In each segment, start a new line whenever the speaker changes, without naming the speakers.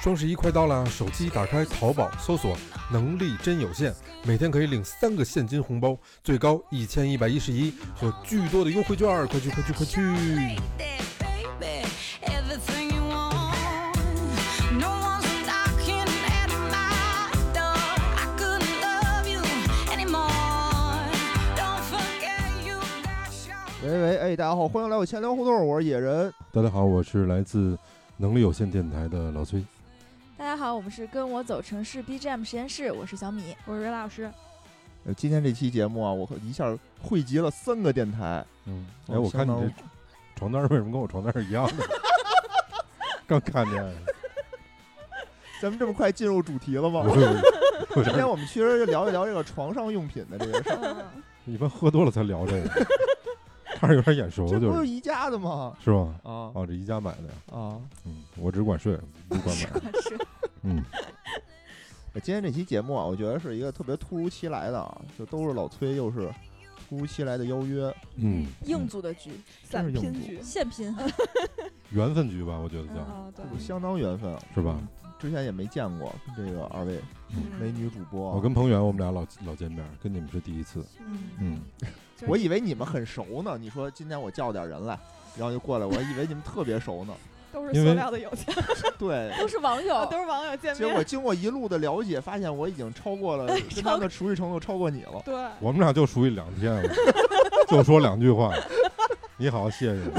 双十一快到了，手机打开淘宝，搜索“能力真有限”，每天可以领三个现金红包，最高一千一百一十一和巨多的优惠券儿，快去快去快去！
喂喂，哎，大家好，欢迎来我闲聊互动，我是野人。
大家好，我是来自能力有限电台的老崔。
大家好，我们是跟我走城市 BGM 实验室，我是小米。
我是老师，
呃今天这期节目啊，我一下汇集了三个电台，
嗯，
哦
哎，我看
相
你
当
这床单儿为什么跟我床单儿一样呢？刚看见了，
咱们这么快进入主题了吗
有？有有
今
点
天
儿，
我们其实就聊一聊这个床上用品的这个事儿，
嗯，
一般喝多了才聊这个，看着有点眼熟，
这
就
不是
是
宜家的吗？
是吧？
啊
哦，这宜家买的呀，
啊！
嗯，我只管睡，不管买。
是
嗯，
呃今天这期节目啊，我觉得是一个特别突如其来的啊，就都是老崔，又是突如其来的邀约，
嗯，
硬组的局，
真是硬
散拼
座
局
现 拼。
缘分局吧，我觉得叫
啊，对，
有相当缘分啊，
是吧？
之前也没见过这个二位美女主播啊，
嗯我跟彭源我们俩老老见面，跟你们是第一次。
嗯，
嗯，
我以为你们很熟呢，你说今天我叫点人来，然后就过来，我还以为你们特别熟呢。
都是
因为哦
塑料的友情，
对，
都是网友，
都是网友见
结果
面，
经过一路的了解，发现我已经超过了跟他们的熟悉程度超过你了。
对，
我们俩就熟悉两天 了，就说两句话。你好，谢谢。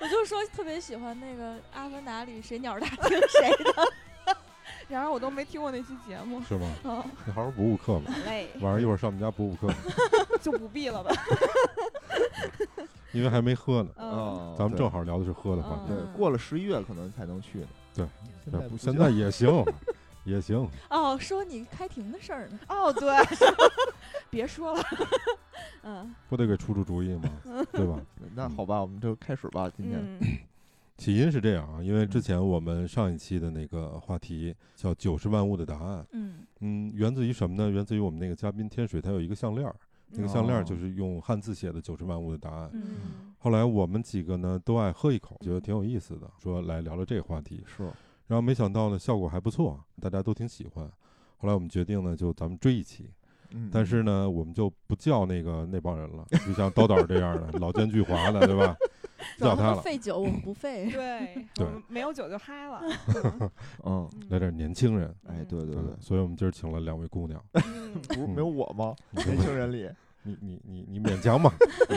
我就说特别喜欢那个《阿凡达》里谁鸟大听谁的。
然而我都没听过那期节目，
是吗？
哦
嗯，
你好好补补课 吧，
累，
晚上一会儿上我们家补补课，
就不必了 吧，
因为还没喝呢。
嗯，
咱们正
好
好聊的是喝的话题，
对，
嗯
过了十一月可能才能去呢。
对，
哦现在不
现
行
在也行， 也行。
哦，说你开庭的事儿呢？
哦， 对，别说了，嗯
不得给出出主意 吗？对吧？
那好吧，我们就开始吧。今天
嗯，
起因是这样啊，因为之前我们上一期的那个话题叫“九十万物的答案
嗯，”，
嗯，源自于什么呢？源自于我们那个嘉宾天水，他有一个项链儿，那个项链儿
哦
就是用汉字写的“九十万物的答案”。
嗯，
后来我们几个呢都爱喝一口，觉得挺有意思的，说来聊聊这个话题。
是
然后没想到呢，效果还不错，大家都挺喜欢。后来我们决定呢，就咱们追一期，
嗯，
但是呢，我们就不叫那个那帮人了，就像刀导这样的老奸巨猾的，对吧？
主要
叫
他
他
们
了，
费酒，我们 不费。
对，
对
我们没有酒就嗨了，
嗯，
嗯
来点年轻人。
哎，对对
嗯
对，
所以我们今儿请了两位姑 娘，
嗯
不是没有我吗？
你
年轻人里，
哎你你你你勉强吧，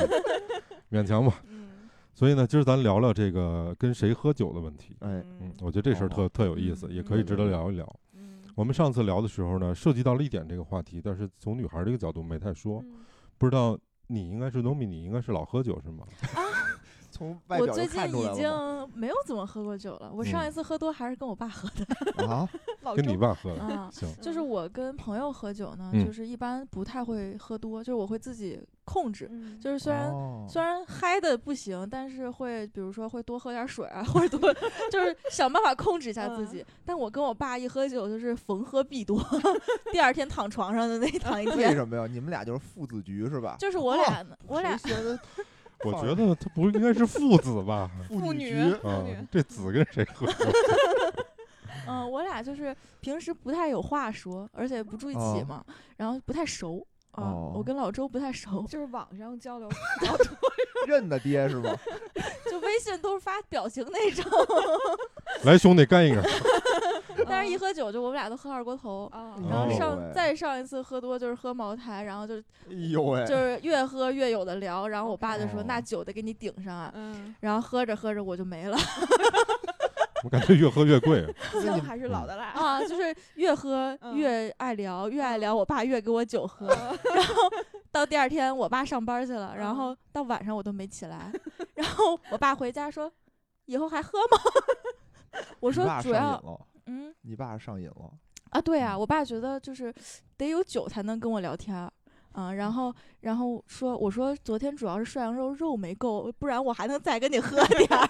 嗯勉强 吧。
嗯
所以呢，今儿咱聊聊这个跟谁喝酒的问题。
哎，
嗯
嗯，
我觉得这事儿特
哦
特有意思，也可以
嗯
值得聊一聊。
嗯
我们上次聊的时候呢，涉及到了一点这个话题，但是从女孩儿这个角度没太说。
嗯
不知道你应该是 Nomi，你应该是老喝酒是吗？
从外
我
表
最
就
近
看出来
已
了嗯
经没有怎么喝过酒了，我上一次喝多还是跟我爸喝的
吗 啊，
老
跟你
周
爸喝的。
啊。
行，
就是我跟朋友喝酒呢，
嗯
就是一般不太会喝多，就是我会自己控制，
嗯
就是虽然
哦
虽然嗨的不行，但是会比如说会多喝点水啊，或者多就是想办法控制一下自己。但我跟我爸一喝酒就是逢喝必多， 第二天躺床上的那躺一
为
天。
什么呀？你们俩就是父子局是吧？
就是我俩，我俩
谁先
我觉得他不应该是父子吧？
妇
女
局
啊
妇女，
这子跟谁喝？
嗯、我俩就是平时不太有话说，而且不住一起
哦
嘛，然后不太熟啊、
哦
我跟老周不太 熟，
就是网上交流，
认的爹 是吗？
就微信都是发表情那种，
来，兄弟干一个！
但是一喝酒就我们俩都喝二锅头。
啊，
然后
哦
上、
喂
再上一次喝多就是喝茅台，然后就
哎呦喂，
就是越喝越有的聊，然后我爸就说：“
哦
那酒得给你顶上啊。
嗯，”
然后喝着喝着我就没了
我感觉越喝越贵。
那
姜
你
还是
嗯
老的辣，
啊，就是越喝
嗯
越爱聊，越
嗯
爱聊，我爸越给我酒喝。
嗯
到第二天我爸上班去了，
嗯
然后到晚上我都没起来， 然后我爸回家说：“以后还喝吗？” 我
你
说
爸：“
主
上瘾
要
了，
嗯
你爸上瘾了，
啊，对啊，我爸觉得就是得有酒才能跟我聊天儿。”啊、然后，然后说，我说昨天主要是涮羊肉肉没够，不然我还能再跟你喝点儿。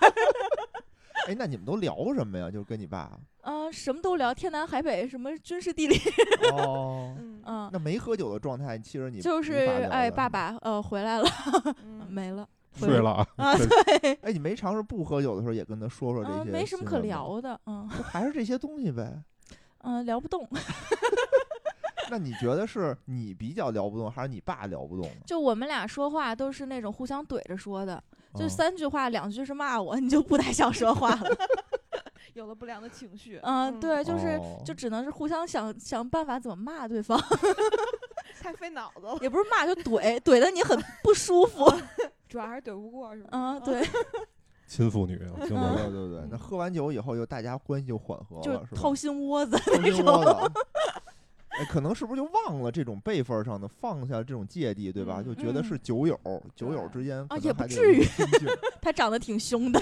哎，那你们都聊什么呀？就是跟你爸
嗯、什么都聊，天南海北，什么军事地理，
哦，
嗯
嗯、
那没喝酒的状态，其实你
就
无法
是
聊
哎，
的
爸，爸呃回来了
嗯
没了，会
睡了啊，
啊，
对
对，
哎，你没尝试不喝酒的时候也跟他说说这些、
啊，没什么可，聊的，嗯
就还是这些东西呗。
嗯，聊不动。
那你觉得是你比较聊不动，还是你爸聊不动呢？
就我们俩说话都是那种互相怼着说的，就
嗯
三句话，两句是骂我，你就不太想说话了。
有了不良的情绪。
嗯，，对，就是
哦
就只能是互相想想办法怎么骂对方，
太费脑子了，
也不是骂，就怼，怼的你很不舒 服。
主要还是怼不过，是吧？
嗯，对，
哦
亲妇女，我听懂
对
了。
对对对，那
嗯
喝完酒以后，就大家关系就缓和了，
就是
吧？
掏心窝子
偷
那
心窝
种。
的。哎，可能是不是就忘了这种辈分上的放下这种芥蒂，对吧？
嗯
就觉得是酒友，酒友之间可能
啊
还
也不
得
至
有
于
亲 近
他长得挺凶的，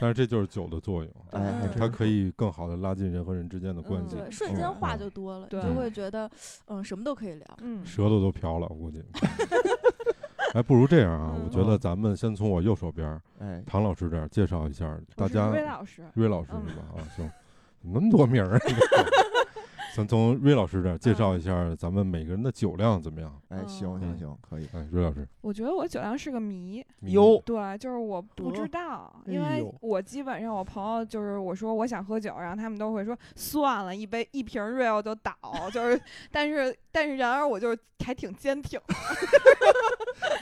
但是这就是酒的作用，
哎，还
嗯
真
它
是
可以更好的拉近人和人之间的关系。
嗯
对，瞬间
嗯
话
嗯
就多了，你
对
就会觉得，嗯，什么都可以聊。
嗯
舌头都飘了，我估计。 哎，不如这样啊，
嗯
我觉得咱们先从我右手边儿
哎，
唐老师这儿介绍一下大
我是
家。
魏老师，
瑞老师是吧？
嗯
啊，行，怎么那么多名儿啊？ 先从瑞老师这儿介绍一下咱们每个人的酒量怎么样？
哎，行
嗯
行行，可以。
哎，瑞老师，
我觉得我酒量是个谜，
你
哟
对，就是我不
得
知道，
哎
因为
呦
我基本上我朋友就是我说我想喝酒，然后他们都会说算了，一杯一瓶 real 就倒，就是但是但是然而我就是还挺坚 挺，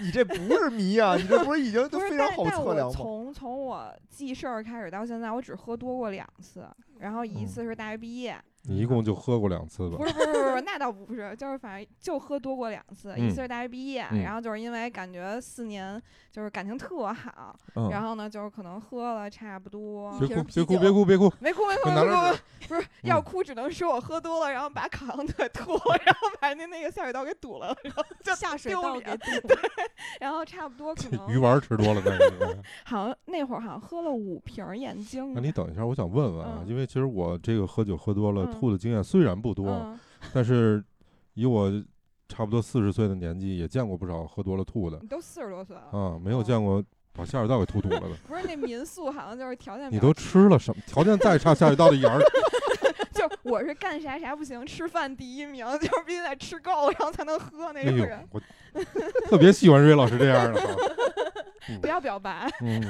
你这不是迷啊，你这不是已经就
不是
非常
但
好
但
测量
我
吗？
从从我记事儿开始到现在，我只喝多过两次，然后一
嗯
次是大学毕业，
你一共就喝过两次吧
不？是不是不是，那倒不是，就是反正就喝多过两次，一
嗯
次是大学毕业，
嗯
然后就是因为感觉四年就是感情特好，
嗯
然后呢就是可能喝了差不多。
别
一瓶
哭，别
啤
哭，
酒
别哭，别哭！
没哭没哭
我
没
拿
哭，
着纸
没哭不是
嗯
要哭，只能说我喝多了，然后把烤羊腿吐，然后把那那个下水道给堵了，然后就
下水
丢
道
脸
给 堵
然后差不多可
鱼
能
丸儿吃多了，但是
好像那会儿好像喝了五瓶燕京
那，你等一下，我想问问啊，
嗯
因为其实我这个喝酒喝多了
嗯
吐的经验虽然不多，啊
嗯，
但是以我差不多四十岁的年纪，也见过不少喝多了吐的
你都四十多岁了，
啊，没有
哦
见过把下水道给吐吐了 的。
不是那民宿好像就是条件比
你
较
都吃了什么？条件再差，下水道的眼 儿
就是我是干啥啥不行，吃饭第一名，就是必须得吃够，然后才能喝那
哎
种
呦
人。，
我特别喜欢瑞老师这样的哈。
不要表白，
嗯，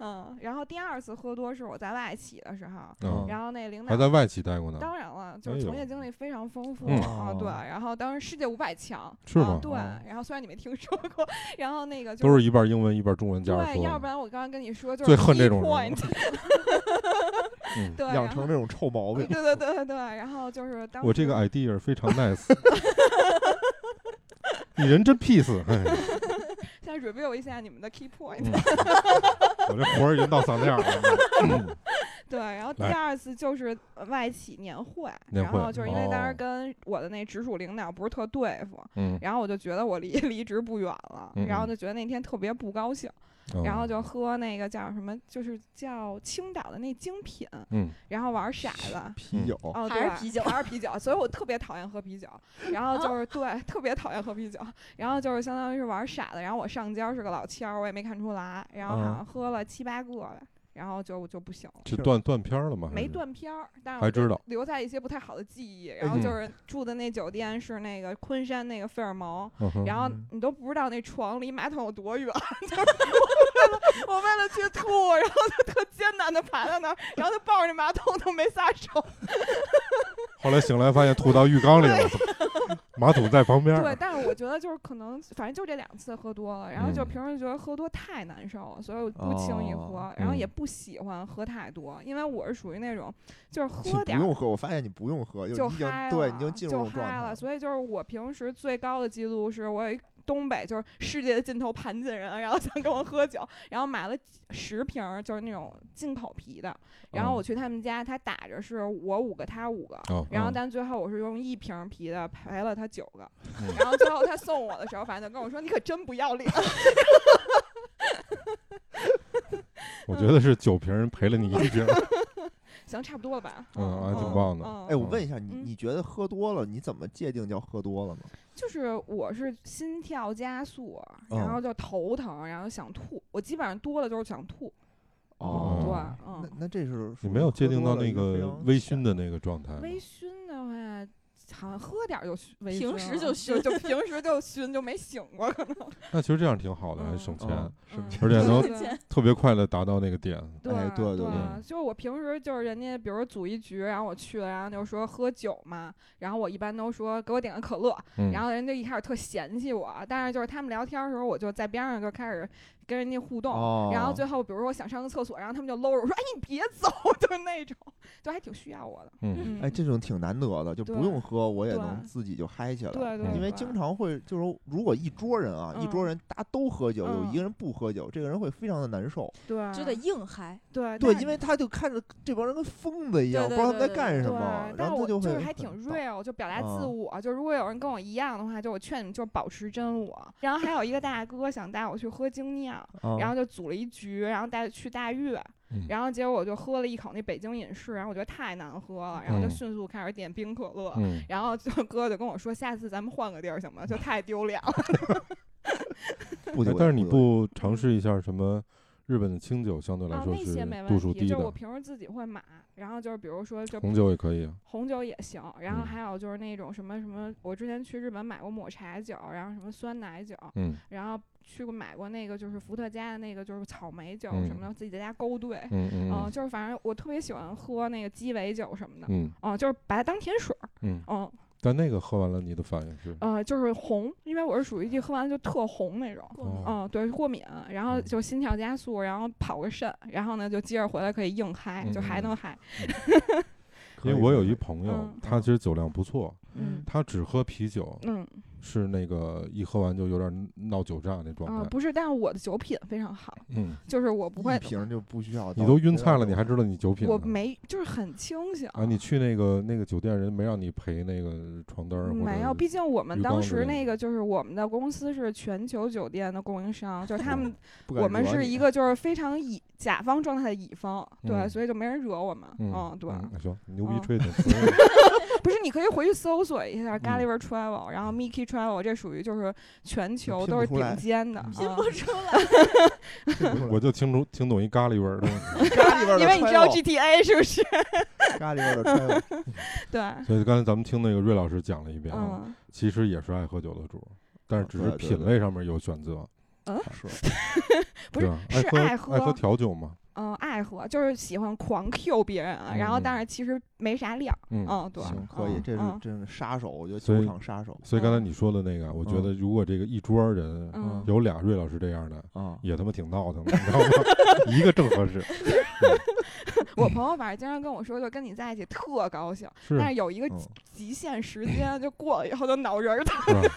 嗯。然后第二次喝多是我在外企的时候，
嗯
然后那领
还
导
在外企待过呢，
当然了，就
哎
是
呦
从业经历非常丰富
嗯
啊，对。
哦
然后当时世界五百强
是
啊
吗
对。
哦
然后虽然你没听说过，然后那个就
都是一半英文一半中文加着
对，
说
要不
的。
然我刚刚跟你说就是
最恨这
key
种人
point，
嗯
对，
养
然后
成这种臭毛
对
病，
对对对对，然后就是当
我这个
时
idea 非常 nice，你人真 peace，哎
现在 review 一下你们的 key point，
嗯我这活儿已经到嗓子眼儿了。
对，然后第
来
二次就是呃外企年会，
年
然
会
后就是因为当时
哦
跟我的那直属领导不是特对付，
嗯，
然后我就觉得我离 离职不远了，然
嗯
后
嗯
就觉得那天特别不高兴，
嗯
然后就喝那个叫什么，就是叫青岛的那精品，
嗯，
然后玩骰子。
啤酒，
哦，
还是
对
啤酒啊
还是啤酒，所以我特别讨厌 喝啤酒。然后就是对，特别讨厌喝啤酒。然后就是相当于是玩傻子，然后我上家是个老千儿，我也没看出来。然后好
嗯
啊
像喝了七八个吧，然后就就不行了。
这断断片儿了吗？还
没
是，
断片儿，但是
嗯还
我就
知道
留在一些不太好的记忆。然后
嗯
就是住的那酒店是那个昆山那个费尔蒙，
嗯哼
然后
嗯
你都不知道那床离马桶有多远， 就是我为了我为了去吐，然后就特艰难的爬到那儿，然后就抱着那马桶都没撒手。
后来醒来发现吐到浴缸里了，马桶在旁边儿。
对，
嗯
但是我觉得就是可能，反正就这两次喝多了，然后就
嗯
平时觉得喝多太难受了，所以我不轻易喝，
哦
然后
嗯
也不喜欢喝太多，因为我是属于那种就是
你
喝
不
点儿
用喝，我发现你不用喝，
就
你已经
嗨了，
对，你已经进入
就
这种状
嗨
态
了。。所以就是我平时最高的记录是我有一东北就是世界的尽头盘锦人，然后想跟我喝酒，然后买了几十瓶儿就是那种进口啤的，然后
哦
我去他们家，他打着是我五个他五个。
哦，
然后，
嗯
但最后我是用一瓶啤的赔了他九个，
嗯
然后最后他送我的时候，反正就跟我说：“你可真不 要脸。
我
嗯
觉得是酒瓶儿陪了你一瓶儿，”
行，差不多了吧？
嗯，还挺
嗯
棒的。
嗯
哎，我问一下，你
嗯
你觉得喝多了，你怎么界定叫喝多了呢？
就是我是心跳加速，然
嗯
后就头疼，然后想吐。我基本上多了就是想吐。
哦
对，
那
嗯。
那这是属
你
于
没有
喝
界定
多
到
了
那
一个
个微醺的那个状态吗，
微醺的话，好像喝点儿就熏微醺
平
了
时就熏
就平时就熏，就没醒过可能。
那其实这样挺好的，还
嗯
省钱，
嗯，
嗯
是
而且能
对
钱
特别快的达到那个点。
对、
哎对对
对
对
就是我平时就是人家，比如组一局，然后我去了，然后就说喝酒嘛，然后我一般都说给我点个可乐，
嗯，
然后人家一开始特嫌弃我，但是就是他们聊天的时候，我就在边上就开始跟人家互动，
哦，
然后最后比如说我想上个厕所，然后他们就搂着我说：“哎，你别走！” 就是那种，就还挺需要我的。
嗯，
哎，这种挺难得的，就不
对
用喝，我也
对
能自己就嗨起来。
对对
嗯
对，
因为经常会就是说如果一桌人啊，一桌
嗯
人大家都喝酒，有
嗯
一个人不喝酒，这个人会非常的难受。
对
就得硬嗨，
对
对，
但
因为他就看着这帮人跟疯子一样，不
对
知道他
对
们在
对
干什
对
么，，然
但
后
我
他就
就
会
是还
很
挺
躁
real，就表达自
嗯
啊
我。就如果有人跟我一样的话，就我劝你们就保持真我。然后还有一个大哥想带我去喝精酿，
啊
然后就组了一局，然后带去大悦
嗯，
然后结果我就喝了一口那北京饮式，然后我觉得太难喝了，然后就
嗯
迅速开始点冰可乐，
嗯，
然后就哥就跟我说，下次咱们换个地儿行吗？就太丢脸了。
不
哎
丢
但是
人
你
丢人
不尝试一下什么日本的清酒，相对来
啊，
说
那些没
是
问
度数
题，
低
就是
的
我，平时自己会买，然后就是比如说就
红酒也可以啊。
红酒也行，然后
嗯
还有就是那种什么什么，我之前去日本买过抹茶酒，然后什么酸奶酒，
嗯
然后去过买过那个就是伏特加的那个就是草莓酒
嗯
什么的，自己在家勾兑，
嗯嗯
嗯，
嗯
就是反正我特别喜欢喝那个鸡尾酒什么的，
嗯
嗯，就是把它当甜水儿，
嗯，
嗯
但那个喝完了你的反应是，
呃，就是红，因为我是属于一喝完就特红那种。
过敏
哦
嗯，对，过敏，然后
嗯
就心跳加速，然后跑个肾，然后呢就接着回来可以硬嗨，就
嗯
还能嗨。
因为我有一朋友
嗯，
他其实酒量不错，
嗯
他只喝啤酒，
嗯
是那个一喝完就有点闹酒炸那
啊、
状态。
不是，但是我的酒品非常好，
嗯，
就是我不会
一，瓶就不需要，
你都晕菜了，你还
知
知道你酒品呢？
我没就是很清醒
啊，你去那个那个酒店，人没让你陪那个床单儿或者
嗯没有，毕竟我们
鱼缸
当
之
时
类
那个就是我们的公司是全球酒店的供应商，就是他们
不敢
我们
惹
是
你
一个就是非常乙甲方状态的乙方，对，
啊嗯
所以就没人惹我们。
嗯
哦对，
嗯行，牛逼
嗯
吹的，
不是，你可以回去搜索一
嗯
下 Gulliver Travel，然后 Mickey Travel，这属于就是全球
拼
都
不
是
出
顶
来
尖
嗯
的。
拼
啊
不出来，
我就听出听懂一咖喱味儿的。
咖喱味儿的
因为你
揣
知道
肉
GTA 是不是？
咖喱味儿的揣肉
对，
所以刚才咱们听那个瑞老师讲了一遍啊，
嗯，
其实也是爱喝酒的主，但是只是
哦对对
品
对
类上面有选择。
是
不是
对吧
是
爱
爱
喝爱
喝
调酒嘛？
嗯，爱喝就是喜欢狂 Q 别人，啊然后
嗯
但是其实没啥料。
嗯
嗯，对，
行可以，
嗯
这是
嗯
真是杀手，我觉得
所
酒
以
场杀手
所以刚才
嗯
你说的那个，我觉
嗯
得如果这个一桌儿人
嗯
有俩瑞老师这样的，
啊，
也他妈挺闹腾的，你知道吗？ 一个正合适，
我朋友反正经常跟我说，就跟你在一起特高兴，
是
但是有一个
嗯
极极限时间就过了以后就 脑仁儿疼。
是吧？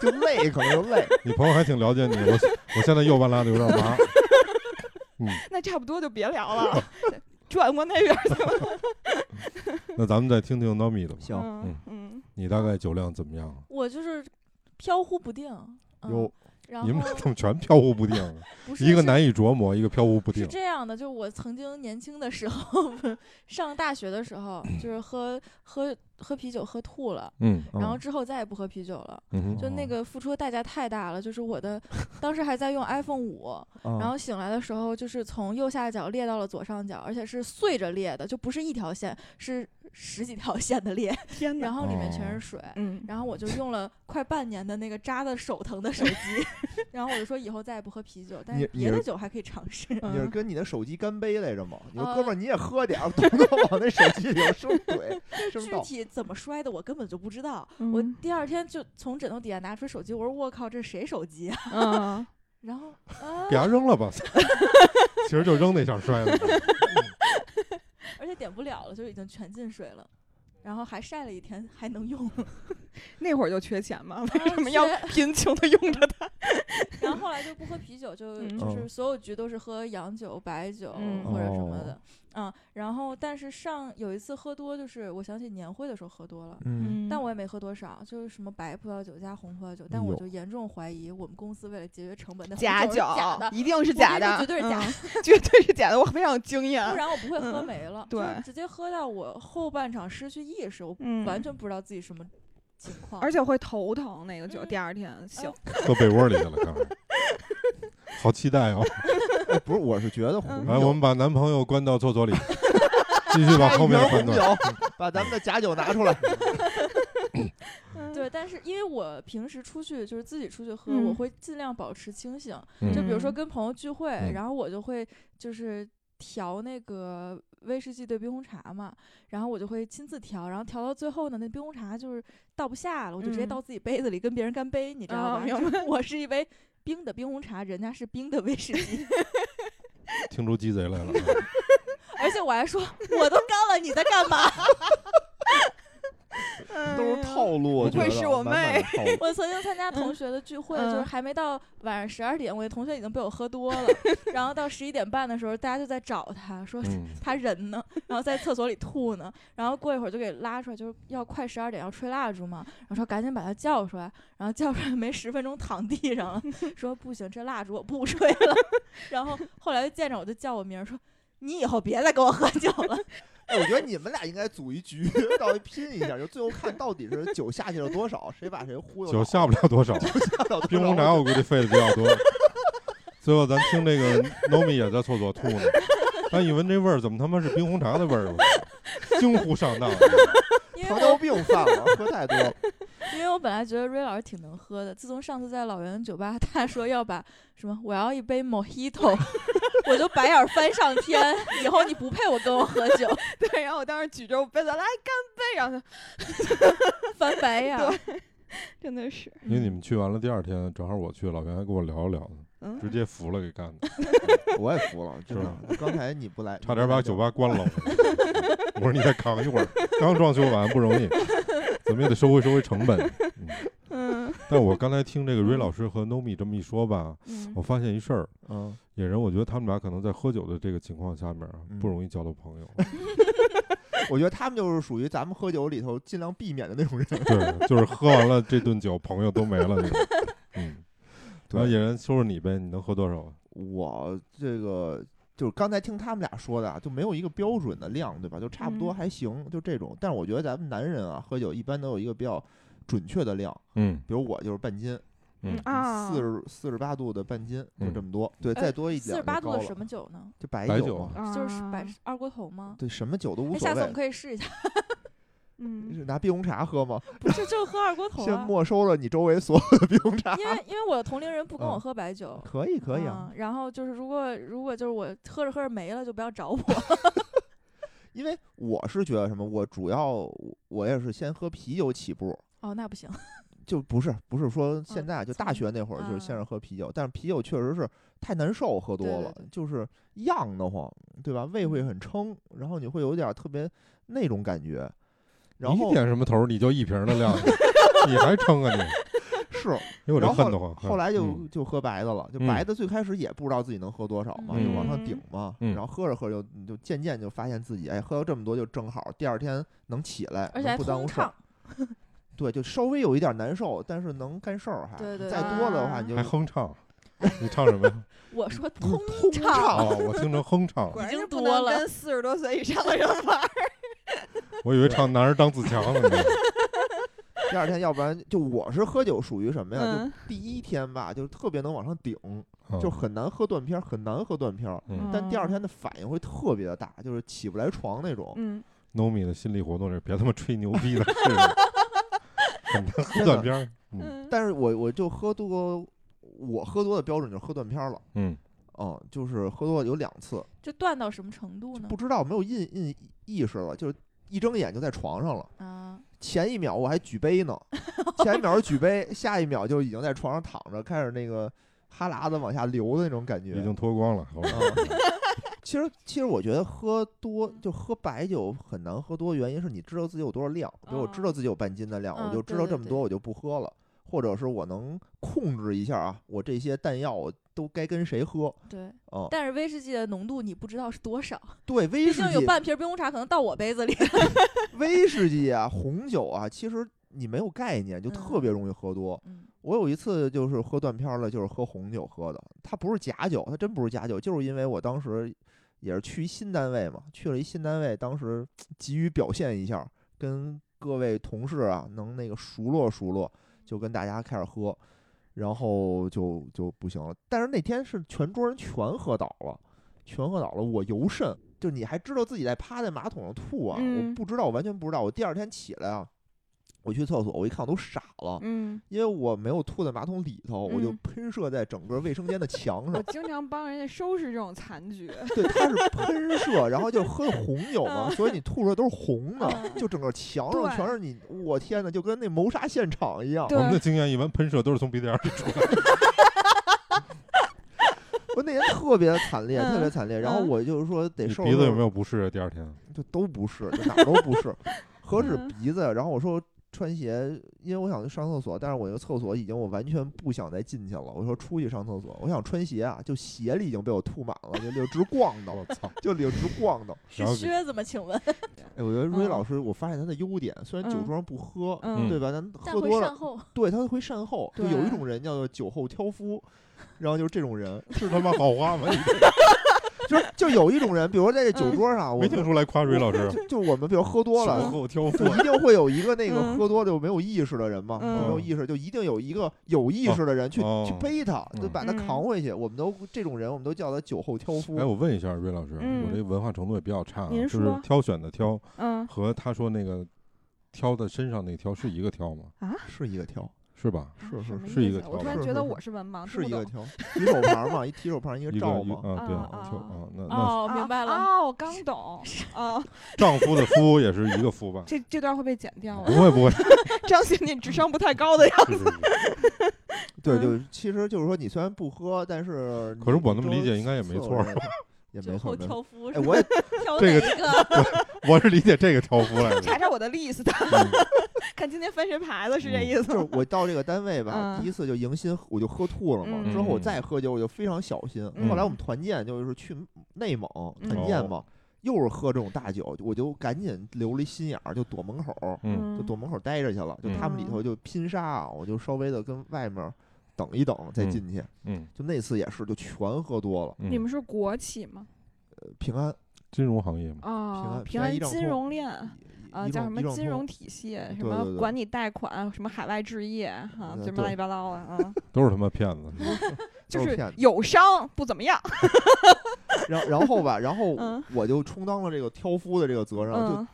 就累，可能就累。
嗯
你朋友还挺了解你，我我现在右半拉的有点麻。
那差不多就别聊了， 转过那边儿去了。
那咱们再听听 Nomi 的吧，
行，
嗯嗯，
你大概酒量怎么样？ 啊
我就是飘忽不定。嗯
有，
然
你们
后
怎么全飘忽不定啊？
不是
一个
是
难以琢磨，一个飘忽不
是
定。
这样的，就我曾经年轻的时候，上大学的时候，就是喝喝喝啤酒喝吐了，
嗯
然后之后再也不喝啤酒了。
嗯哼
就那
哦
个付出的代价太大了，就是 我的当时还在用 iPhone 五，
哦
啊
然后醒来的时候就是从右下角裂到了左上角，而且是碎着裂的，就不是一条线，是十几条线的裂，
天
然
哪！
后里面全
哦
是水。
嗯，
然后我就用了快半年的那个扎的手疼的手机， 然后我就说以后再也不喝啤酒，但
你
是别
你
的
是
酒还可以尝试。
你是
嗯
跟你的手机干杯来着吗？你说
呃
哥们儿你也喝点儿， 多多往那手机里头收怼，生
具
倒。
体怎么摔的我根本就不知道，
嗯
我第二天就从枕头底下拿出手机，我说我靠，这谁手机啊？
嗯，
然后啊
给，他扔 了吧，其实就扔那下摔了。
而且点不了了，就已经全进水了。然后还晒了一天，还能用。
那会儿就缺钱嘛，为什么
啊缺
要贫穷的用着它？
然后后来就不喝啤酒，就
嗯
就是所有局都是喝洋酒、白酒
嗯
或者什么的。嗯，然后但是上有一次喝多，就是我想起年会的时候喝多了，
嗯，
但我也没喝多少，就是什么白葡萄酒加红葡萄酒，但
哎
我
呦
就严重怀疑我们公司为了节约成本的
假
酒是假的，
一定是
我跟
假
你
的，
说绝对是假
嗯绝对是假的，我非常有经验
不。然我不会喝
嗯
没了，
对
就是直接喝到我后半场失去意识，我
嗯
完全不知道自己什么情况。
而且会头疼，那个酒
嗯
第二天醒，
搁被窝里去了，看 来。好期待哦！
哎不是，我是觉得
嗯
红
来，我
酒
们把男朋友关到厕所里，继续把
开
后
一
面
瓶
的判断。
红 酒，把咱们的假酒拿出来。
对，但是因为我平时出去就是自己出去喝，
嗯
我会尽量保持清醒。
嗯
就比如说
嗯
跟朋友聚会，
嗯
然后我就会就是调那个威士忌兑冰红茶嘛，然后我就会亲自调，然后调到最后呢，那冰红茶就是倒不下了，我就直接
嗯
倒自己杯子里跟别人干杯，你知道
啊
吧？
明
白。我是一杯冰的冰红茶，人家是冰的威士忌，
听出鸡贼来了。
而且我还说 我都干了，你在干嘛？哎
都是套路，
嗯
觉
不愧
得啊
是我
满满的套路
我曾经参加同学的聚会，就是
嗯
还没到晚上十二点，我的同学已经被我喝 多了，然后到十一点半的时候，大家就在找他说
嗯，
他人呢，然后在厕所里吐呢，然后过一会儿就给拉出来，就是要快十二点要吹蜡烛嘛，然后说赶紧把他叫出来，然后叫出来没十分钟躺地上了， 说不行，这蜡烛我不吹了， 然后后来就见着我就叫我名儿说。你以后别再跟我喝酒了，
哎，我觉得你们俩应该组一局，到底拼一下，就最后看到底是酒下去了多少，谁把谁忽悠
酒
倒
下不了多少，
下到多少
冰红茶我估计费的比较多。最后咱听这个 Nomi 也在厕所吐呢，咱一闻这味儿，怎么他妈是冰红茶的味儿？我操惊呼上当！
因为
糖
我
尿病犯了，喝太多了。
因为我本来觉得瑞老师挺能喝的，自从上次在老袁酒吧， 他说要把什么我要一杯 Mojito，我 就白眼儿翻上天，以后你不配我跟我喝酒，
对，然后我当时举着我杯子来干杯，然后他
翻白眼儿。
真的是，
因为你们去完了，第二天正好我去，老袁还跟我聊了聊呢，
嗯
直，接服了给干的，
我也服了，真
是
的
吧。
刚才你不来，
差点把酒吧关了。 我说你再扛一会儿，刚装修完不容易，怎么也得收回收回成本。嗯
嗯
但我刚才听这个瑞老师和 Nomi 这么一说吧，
嗯
我发现一事儿，
嗯，
野人，我觉得他们俩可能在喝酒的这个情况下面啊
嗯
不容易交到朋友。
我觉得他们就是属于咱们喝酒里头尽量避免的那种人。
对，就是喝完了这顿酒，朋友都没了那 种。嗯，然后野
对，
人说说你呗，你能喝多少啊？
我这个就是刚才听他们俩说的，啊，就没有一个标准的量，对吧？就差不多
嗯
还行，就这种。但是我觉得咱们男人啊，喝酒一般都有一个比较准确的量，
嗯
比如我就是半斤，
嗯
嗯啊，
四十四十八度的半斤，就
嗯
这么多。对，
呃
再多一
四
点
十
就
八度
高
的
了，
什么酒呢？
就白
白
酒
酒
嘛。
就是百
啊
事二锅头吗？
对，什么酒都无
哎，
所
下次我
谓。
们可以试一下，
嗯
是拿冰红茶喝吗？
不是就喝二锅头
先
啊？
没收了你周围所有的冰红茶。
因为因为我的同龄人不跟我
嗯
喝白酒，
可以，可以啊。
嗯。然后就是如果如果就是我喝着喝着没了，就不 要找我。
因为我是觉得什么，我主要我也是先喝啤酒起步，
哦，那不行，
就不是不是说现
嗯
在就大
从
学那会儿就是先
嗯
是喝啤酒，但是啤酒确实是太难受，喝多
对对
了
对嗯
就是漾得慌，对吧？胃会很撑，然后你会有点特别那种感觉。然
你
后
点什么头儿？你就一瓶的 量，你还撑啊你？
是，
因为我这
然后
恨得慌。
后来就
嗯
就喝白的了，就
嗯
白的最开始也不知道自己能喝多少嘛，就往上顶嘛，
嗯
然后喝着喝着就你就渐渐就发现自己哎喝到这么多就正好，第二天能起来，
而且
能
还
不耽
通
误事儿
畅。。
对，就稍微有一点难受，但是能干事儿还。
对对
再
对
多了的话，你就
还哼唱，你唱 什么呀？
我说
不是
通
通
畅，
哦，我听成哼唱，
果然
经
是不
多
能
了
跟四十多岁以上的人玩儿。
我以为唱《男儿当自强》了呢。
第二天，要不然就我是喝酒属于什么呀？
嗯
就第一天吧，就特别能往上顶，
嗯
就很难喝断片儿，很难喝断片儿。
嗯
但第二天的反应会特别的大，就是起不来床那种。
哦嗯，
，Nomi 的心理活动是别他妈吹牛逼了，是吧 很难喝断边儿。嗯
嗯，
但是我我就喝多，我喝多的标准就是喝断片儿了。
嗯，
嗯，就是喝多了有两次，
就断到什么程度
嗯
呢
不？知道没有印印意识了，就是一睁眼就在床上了。
啊，
前一秒我还举杯 呢，前一秒是举杯，下一秒就已经在床上躺着，开始那个哈喇子往下流的那种感觉。
已经脱光了。好吧
啊
嗯
其实，其实我觉得喝多就喝白酒很难喝多，原因是你知道自己有多少量，比如我知道自己有半斤的量，
嗯
我就知道
对对
这么多，我就不喝了，或者是我能控制一下啊，我这些弹药我都该跟谁喝
对。
啊？
但是威士忌的浓度你不知道是多少，
对， 威
毕
士
竟有
忌、
半瓶冰红茶可能到我杯子 里。
威士忌啊、红酒啊，其实你没有概念，就特
嗯
别容易喝多。
嗯，
我有一次就是喝断片儿了，就是喝红酒喝的，它不是假酒，它真不是假酒，就是因为我当时也是去一新单位嘛，去了一新单位，当时急于表现一下，跟各位同事啊能那个熟络熟络，就跟大家开始喝，然后就就不行了。但是那天是全桌人全喝倒了，全喝倒了，我尤甚，就你还知道自己在趴在马桶上吐啊，
嗯
我不知道，我完全不知道，我第二天起来啊。我去厕所，我一看我都傻了，
嗯，
因为我没有吐在马桶里头，我就
嗯
喷射在整个卫生间的墙
我。
上
经常帮人家收拾这种残局。
对，它是喷射，然后就是喝红酒嘛，
嗯
所以你吐出来都是红的，
嗯
就整个墙上全是你，我天呐，就跟那谋杀现场一样。
对
我们的经验一般喷射都是从鼻子眼儿里出来的。
我那天特别惨烈，
嗯
特别惨烈。然后
嗯
我就是说得
你
受，
鼻子有没有不适？啊第二天
就都不是，就哪儿都不 是，何止
嗯
鼻子？然后我说穿鞋，因为我想去上厕所，但是我那个厕所已经我完全不想再进去了。我说出去上厕所，我想穿鞋啊，就鞋里已经被我吐满了，就就直逛到
我
了，
操！
就里直逛到。
是
然后
靴子吗？请问，
哎，我觉得瑞
嗯
老师，我发现他的优点，虽然酒
嗯
桌上不喝，
嗯
对吧？咱
但
喝
会
多
善
了，
后。
对他会善后。就
对
有一种人叫做酒后挑夫，然后就是这种人，
是他妈好话吗？
就是就有一种人，比如说在这酒
嗯
桌上，我
没听
们
出来夸瑞老师。
就就我们比如喝多了
酒，后挑 夫
就，一定会有一个那个
嗯
喝多了就没有意识的人嘛，
嗯
就没有意识，就一定有一个有意识的人去、
哦
去背他，
嗯
就把他
嗯
扛回去。我们都这种人，我们都叫他酒后挑夫。
哎，我问一下瑞老师，
嗯
我这文化程度也比较差啊，
您
就是
说
挑选的挑
嗯
和他说那个挑的身上那挑是一个挑吗？
是一个挑，
是吧？
啊
是是
什么
是一
意
个
思
条
我突然
是
觉
是
得
是
我是文盲，
是
听
一
不
个
懂
挑，提手旁嘛，一 提手旁一个
一个
赵
一
嘛，
啊，对，
啊啊
就
啊
啊，那那
哦，明白了。
啊，我刚懂啊，
丈夫的夫也是一个夫
？
吧
这这段会被剪掉啊
不
了，
会不 会，
彰显你智商不太高的样
是是是
对，
嗯
就其实就是说你虽然不喝，但是
可是我那么
你
理解应该也没错儿
伺候人家也
酒
没错
后
儿没错儿。
挑夫
哎，
是吧，
我也
挑哪
这
一
个
个？
我是理解这个挑夫来
查
的。
查我的 list，
嗯
看今天翻谁牌子是这
嗯
意思
就是
吗？
我到这个单位吧，
嗯
第一次就迎新，我就喝吐了嘛。
嗯
之后我
嗯
再喝酒，我就非常小心。
嗯
后来我们团建就是去内蒙
嗯
团建
哦
嘛，又是喝这种大酒，我就赶紧留了一心眼儿，就躲门口儿，
嗯，
就躲门口儿待着去了。就他们里
嗯
头就拼杀啊，我就稍微的跟外面儿等一等再进去。
嗯
就那次也是，就全喝多了。
你
嗯，
们是国企吗？
呃平安
金融行业嘛，
啊，
平
平
安
安
一嗯账
金
通
融链啊，
一
叫
账
什么
一账
金
通
融体系，
对
什
对
么
对
管你贷款，什么海外置业啊，
呃
什么乱
对
七八糟的 啊，
都是他妈骗子。
就
都是
是
骗子
有伤不怎么样。
然后然后吧，然后
嗯
我就充当了这个挑夫的这个责任，就
嗯，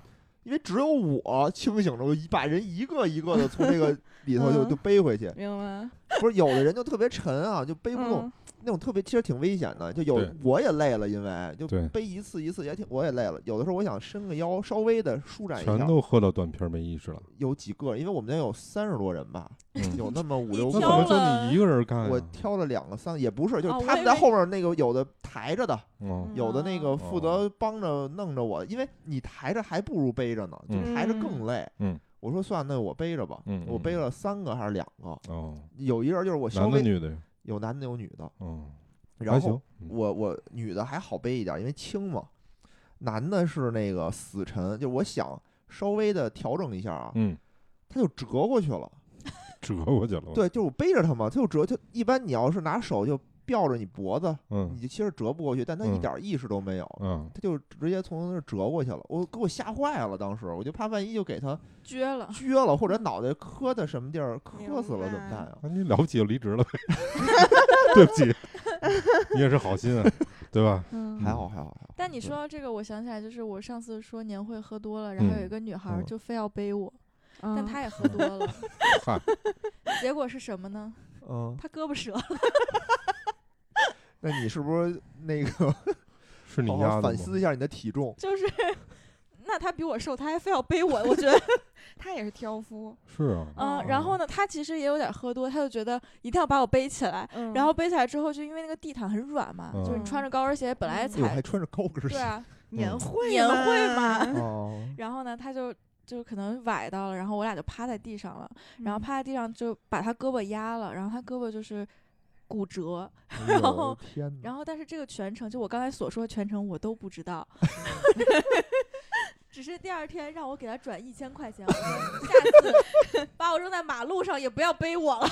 因为只有我清醒着，我一把人一个一个的从这 个里头就
嗯
就背回去。
明白。
不是有的人就特别沉啊，就背不动，
嗯
那种特别其实挺危险的。就有
对
我也累了，因为就
对
背一次一次也挺我也累了。有的时候我想伸个腰，稍微的舒展一
全
下。
都喝到断片儿没意识了。
有几个，因为我们那有三十多人吧，
嗯
有那么五
你
六
那怎
个
么
挑
人。
就你一个人干呀？啊
我挑了两个三个，也不是，就
哦
是
我
他们
以
在
为
后面那个有的抬着的，
嗯，
有的那个负责
哦
帮着弄着我，因为你抬着还不如背着呢，就
嗯
抬着更累。
嗯
我说算，那我背着吧。
嗯
我
嗯
背
嗯
了三个还是两个？
哦，
有一人就是我稍
男的
微
女的呀？
有男的有女的，
哦，还
然后
行。嗯
我我女的还好背一点，因为轻嘛。男的是那个死沉，就我想稍微的调整一下啊，
嗯，哦
他就折过去了。
折过去了。，
对，就是我背着他嘛，他就折。就一般你要是拿手就吊着你脖子，
嗯
你就其实折不过去，但他一
嗯
点意识都没有。
嗯，
他就直接从那儿折过去了，我给我吓坏了。当时我就怕万一就给他
撅了，
撅了，或者脑袋磕在什么地儿磕死了
啊明白
怎么办啊？
那你了不起就离职了 呗。对不起，你也是好 心啊，对吧？
嗯
还好还好还好。
但你说到这个，我想起来，就是我上次说年会喝多了，然后有
嗯
一个女孩儿
嗯
就非要背我，但
嗯
她也喝多了，
嗨，
结果是什么呢？
嗯，
她胳膊折了。
那你是不是那个
是你
好
丫
好
的
反
吗
思一下你的体重？
就是，那她比我瘦，她还非要背我，我觉得，
他也是挑夫，
是啊，
嗯，然
哦
后呢，她其实也有点喝多，她就觉得一定要把我背起来，
嗯
然后背起来之后，就因为那个地毯很软嘛，就是你
嗯
穿着高跟鞋本来
嗯
哎呦，还
踩，
穿着高跟
对
鞋。
啊，
嗯
年会
年会嘛
哦，
然后呢，她就。就可能崴到了，然后我俩就趴在地上了，然后
嗯
趴在地上就把她胳膊压了，然后她胳膊就是骨折，
哎呦
然
我的
后
天
嗯
哪！
然后，但是这个全程，就我刚才所说的全程，我都不知道。
嗯
只是第二天让我给他转一千块钱，我说下次把我扔在马路上也不要背我了。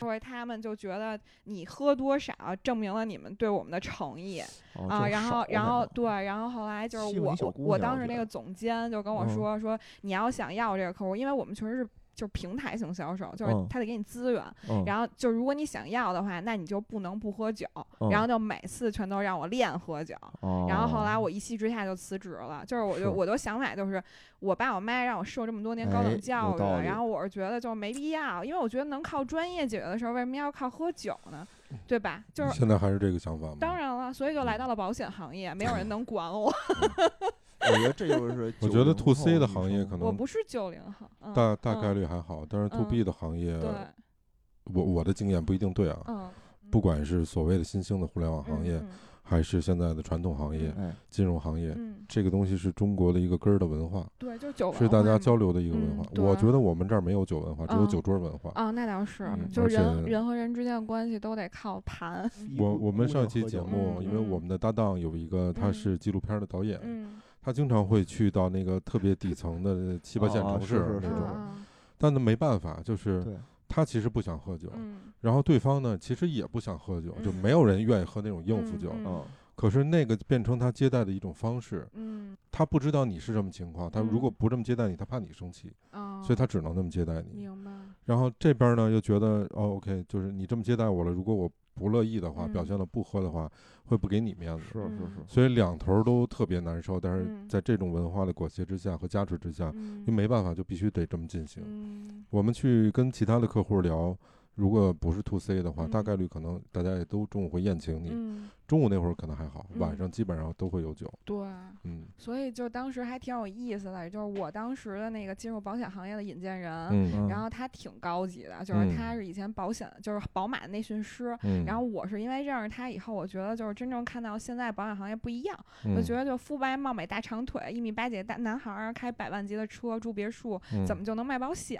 因为他们就觉得你喝多少证明了你们对我们的诚意
哦
啊，
这
然
少
后然
还
后
能
对，然后后来就
欺
是
负你
我
小
我
姑
我
娘
当
我
时
觉
那
得
个总监就跟我
嗯
说说你要想要这个客户，因为我们确实是就是平台型销售，就是
嗯
他得给你资源，
嗯
然后就如果你想要的话，那你就不能不喝酒，
嗯
然后就每次全都让我练喝酒。
哦
然后后来我一气之下就辞职了，就是我
是
就我就想法就是，我爸我妈让我受这么多年高
哎
等教
有道理
育，然后我是觉得就没必要，因为我觉得能靠专业解决的时候，为什么要靠喝酒呢？对吧？就
你
是
现在还是这个想法吗？
当，然了，所以就来到了保险行业，没有人能管我，
我觉得这就是
我觉得
90
to C
后
的
女
行业
生
可
我
能
不是九零后，嗯
大大概
嗯
率还好，但是 to B 的行业，
对，
我我的经验不一定对啊。
嗯，
不管是所谓的新兴的互联网行业，
嗯
还是现在的传统行业、
哎，
金融行业，
嗯，嗯
这个东西是中国的一个根儿的文化，
对，就是酒
是
文
大
化
家
嘛
交流的一个文
嗯
化。
对
我觉得我们这儿没有酒文化，只有
啊
酒桌文化。
啊，那倒是，
嗯
就是
而
人
且
人和人之间的关系都得靠盘，
我我们上一期
喝
节
酒啊
目，
嗯
因为我
嗯
们的搭档有一个，他
嗯
是纪录片的导 演，
嗯，
他经常会去到那个特别底层的七八线
哦
城
是
市
是
那
是
种，
嗯
但他没办法，就是
对，
他其实不想喝酒，
嗯
然后对方呢其实也不想喝酒，就
嗯
没有人愿意喝那种应付
嗯
酒，
嗯
嗯
可是那个变成他接待的一种方式，
嗯
他不知道你是什么情况，他如果
嗯
不这么接待你，他怕你生气，
啊，
所以他只啊能那么接待你。
明白，
然后这边呢又觉得哦，OK，就是你这么接待我了，如果我不乐意的话，
嗯
表现的不喝的话，会不给你面子。
是是是，
所以两头都特别难受，但是
嗯
在这种文化的裹挟之下和加持之下，
嗯
就没办法，就必须得这么进行。
嗯
我们去跟其他的客户聊，如果不是 to C 的话，大
嗯
概率可能大家也都中午会宴请你，
嗯，
中午那会儿可能还好，晚
嗯
上基本上都会有酒。
对。
嗯
所以就当时还挺有意思的，就是我当时的那个进入保险行业的引荐人，
嗯
然后他挺高级的，就是他
嗯
是以前保险就是宝马的内训师，
嗯，
然后我是因为认识他以后，我觉得就是真正看到现在保险行业不一样，我觉
得
得就肤白貌美大长腿，一米八几的大男孩儿开百万级的车住别墅，
嗯
怎么就能卖保险？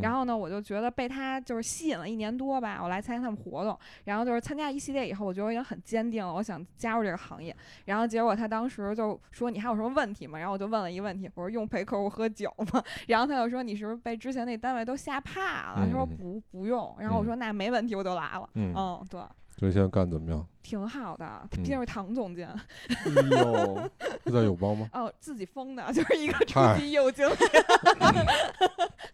然
后
后呢，我就觉得被他就是吸引了一年多吧，我来参加他们活动，然后就是参加一系列以后，我觉得我已经很坚定了，我想加入这个行业。然后结果他当时就说：“你还有什么问题吗？”然后我就问了一个问题，我说：“用陪客户喝酒吗？” 然后他就说：“你是不是被之前那单位都吓怕了？”他说
嗯嗯嗯
不：“不用。”然后我说：“那没问题，我就来了。”
嗯
嗯，对，
所以现在干怎么样？
挺好的，
嗯
进入唐总监。
哎呦，
现在有包吗？
哦，自己封的， 就是一个初
嗨
级业 务经理。